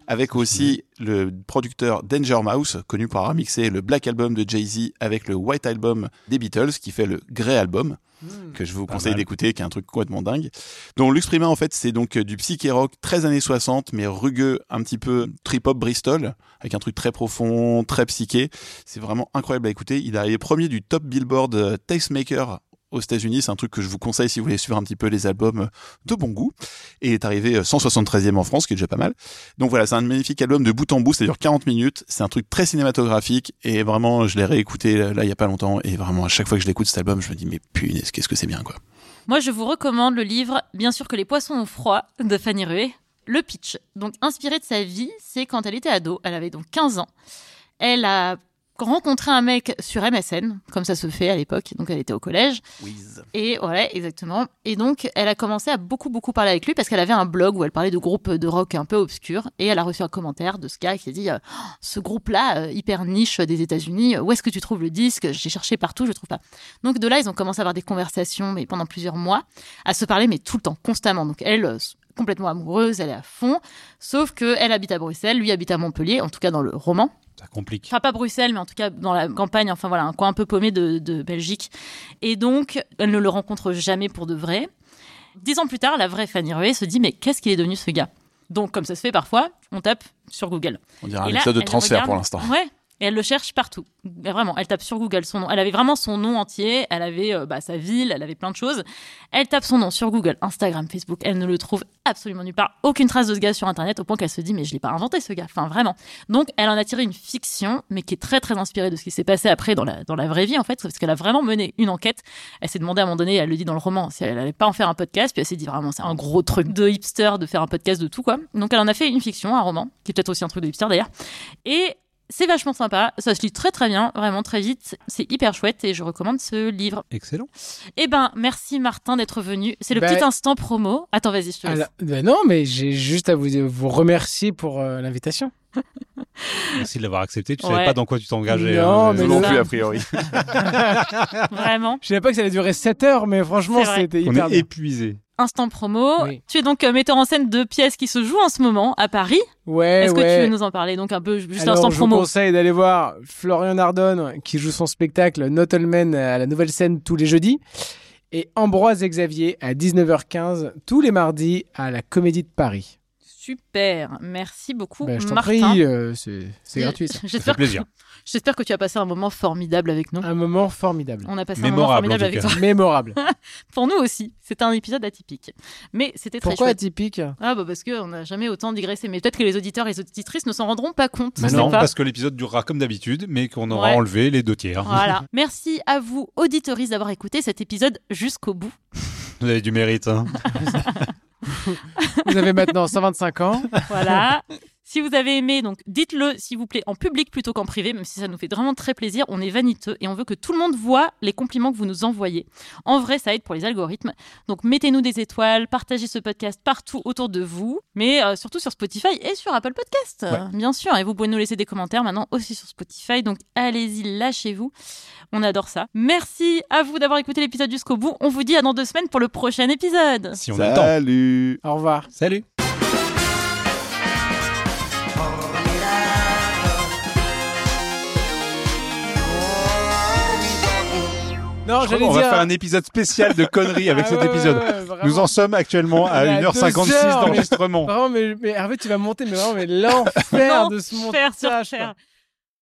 D: avec aussi le producteur Danger Mouse, connu pour avoir mixé le Black Album de Jay-Z avec le White Album des Beatles, qui fait le Grey Album
A: Hmm.
D: que je vous
B: Pas
D: conseille
B: mal.
D: d'écouter, qui est un truc complètement dingue. Donc Lux Prima, en fait, c'est donc euh, du psyché rock 13 années 60, mais rugueux, un petit peu trip-hop Bristol, avec un truc très profond, très psyché. C'est vraiment incroyable à écouter. Il a été premier du top Billboard euh, Tastemaker aux États-Unis, c'est un truc que je vous conseille si vous voulez suivre un petit peu les albums euh, de bon goût. Et il est arrivé euh, 173e en France, ce qui est déjà pas mal. Donc voilà, c'est un magnifique album de bout en bout, ça dure 40 minutes, c'est un truc très cinématographique et vraiment je l'ai réécouté euh, là il y a pas longtemps et vraiment à chaque fois que je l'écoute cet album, je me dis mais punaise, qu'est-ce que c'est bien quoi.
A: Moi, je vous recommande le livre Bien sûr que les poissons ont froid de Fanny Rué. Le pitch. Donc, inspiré de sa vie, c'est quand elle était ado. Elle avait donc 15 ans. Elle a rencontré un mec sur MSN, comme ça se fait à l'époque. Donc, elle était au collège. Et voilà, exactement. Et donc, elle a commencé à beaucoup, beaucoup parler avec lui parce qu'elle avait un blog où elle parlait de groupes de rock un peu obscurs. Et elle a reçu un commentaire de ce gars qui a dit euh, Oh, Ce groupe-là, euh, hyper niche des États-Unis, où est-ce que tu trouves le disque J'ai cherché partout, je le trouve pas. Donc, de là, ils ont commencé à avoir des conversations, mais pendant plusieurs mois, à se parler, mais tout le temps, constamment. Donc, elle, euh, complètement amoureuse, elle est à fond. Sauf que elle habite à Bruxelles, lui habite à Montpellier, en tout cas dans le roman
B: Ça complique.
A: enfin pas Bruxelles, mais en tout cas dans la campagne, enfin voilà, un coin un peu paumé de, de Belgique. Et donc, elle ne le rencontre jamais pour de vrai. Dix ans plus tard, la vraie Fanny Rué se dit, mais qu'est-ce qu'il est devenu ce gars Donc, comme ça se fait parfois, on tape sur Google.
D: On dirait un
A: Et là,
D: épisode de
A: elle
D: transfert
A: regarde-
D: pour l'instant.
A: [LAUGHS] Ouais. Et elle le cherche partout. Mais vraiment, elle tape sur Google son nom. Elle avait vraiment son nom entier. Elle avait euh, bah, sa ville, elle avait plein de choses. Elle tape son nom sur Google, Instagram, Facebook. Elle ne le trouve absolument nulle part. Aucune trace de ce gars sur Internet, au point qu'elle se dit, mais je l'ai pas inventé ce gars. Enfin, vraiment. Donc, elle en a tiré une fiction, mais qui est très, très inspirée de ce qui s'est passé après dans la, dans la vraie vie, en fait, parce qu'elle a vraiment mené une enquête. Elle s'est demandé à un moment donné, elle le dit dans le roman, si elle allait pas en faire un podcast. Puis elle s'est dit, vraiment, c'est un gros truc de hipster de faire un podcast de tout, quoi. Donc, elle en a fait une fiction, un roman, qui est peut-être aussi un truc de hipster d'ailleurs. Et c'est vachement sympa, ça se lit très très bien, vraiment très vite, c'est hyper chouette et je recommande ce livre.
B: Excellent.
A: Eh ben, merci Martin d'être venu. C'est le
C: Ben-
A: petit instant promo. Attends, vas-y, je te laisse.
C: Alors, ben non, mais j'ai juste à vous, vous remercier pour euh, l'invitation.
B: Merci de l'avoir accepté. Tu
A: Ouais.
B: savais pas dans quoi tu t'engageais.
C: Non,
B: hein,
C: mais
D: non
A: ça-
D: plus, a priori.
A: Vraiment,
C: Je savais pas que ça allait durer 7 heures, mais franchement,
A: C'est vrai.
C: c'était
B: On
C: hyper
B: est
C: bien.
B: épuisé.
A: instant promo.
C: Oui.
A: Tu es donc euh, metteur en scène de pièces qui se jouent en ce moment à Paris.
C: Ouais,
A: Est-ce que
C: Eh ouais.
A: tu veux nous en parler Donc un peu, juste
C: Alors,
A: instant
C: je vous
A: promo.
C: conseille d'aller voir Florian Nardone qui joue son spectacle Notelman à la nouvelle scène tous les jeudis et Ambroise Xavier à 19h15 tous les mardis à la Comédie de Paris.
A: Super, merci beaucoup
C: Ben, je t'en
A: Martin.
C: prie, euh, c'est c'est gratuit.
A: [LAUGHS]
C: ça.
B: Ça fait
A: J'espère que,
B: plaisir.
A: j'espère que tu as passé un moment formidable avec nous.
C: Un moment formidable,
A: On a passé un moment
B: Mémorable,
A: formidable
B: en tout
A: avec
B: cas.
A: toi.
C: mémorable.
A: Pour nous aussi, c'était un épisode atypique. Mais c'était très
C: Pourquoi
A: chouette.
C: atypique
A: Ah bah parce qu'on n'a jamais autant digressé, mais peut-être que les auditeurs et les auditrices ne s'en rendront pas compte.
C: Bah
A: je sais
B: non,
A: pas.
B: parce que l'épisode durera comme d'habitude, mais qu'on aura
A: Ouais.
B: enlevé les deux tiers.
A: Voilà. Merci à vous, auditoristes, d'avoir écouté cet épisode jusqu'au bout.
B: Vous avez du mérite.
C: [LAUGHS]
B: Hein.
C: Vous avez maintenant 125 ans.
A: Voilà. Si vous avez aimé, donc dites-le s'il vous plaît en public plutôt qu'en privé, même si ça nous fait vraiment très plaisir. On est vaniteux et on veut que tout le monde voit les compliments que vous nous envoyez. En vrai, ça aide pour les algorithmes. Donc mettez-nous des étoiles, partagez ce podcast partout autour de vous, mais euh, surtout sur Spotify et sur Apple Podcast, euh, bien sûr. Et vous pouvez nous laisser des commentaires maintenant aussi sur Spotify. Donc allez-y, lâchez-vous. On adore ça. Merci à vous d'avoir écouté l'épisode jusqu'au bout. On vous dit à dans deux semaines pour le prochain épisode.
B: Si on attend.
D: Salut
C: Au revoir.
B: Salut.
C: Non,
B: Je crois qu'on va faire un épisode spécial de conneries avec
C: Ah
B: cet
C: ouais,
B: épisode.
C: ouais, ouais, vraiment.
B: Nous en sommes actuellement à
C: On est à
B: 1h56
C: 2h, mais-
B: d'enregistrement.
C: Vraiment, mais, mais Hervé, tu vas monter, mais vraiment, mais l'enfer
A: [LAUGHS] Non,
C: de ce
A: Faire sur
C: montage. quoi.
A: faire.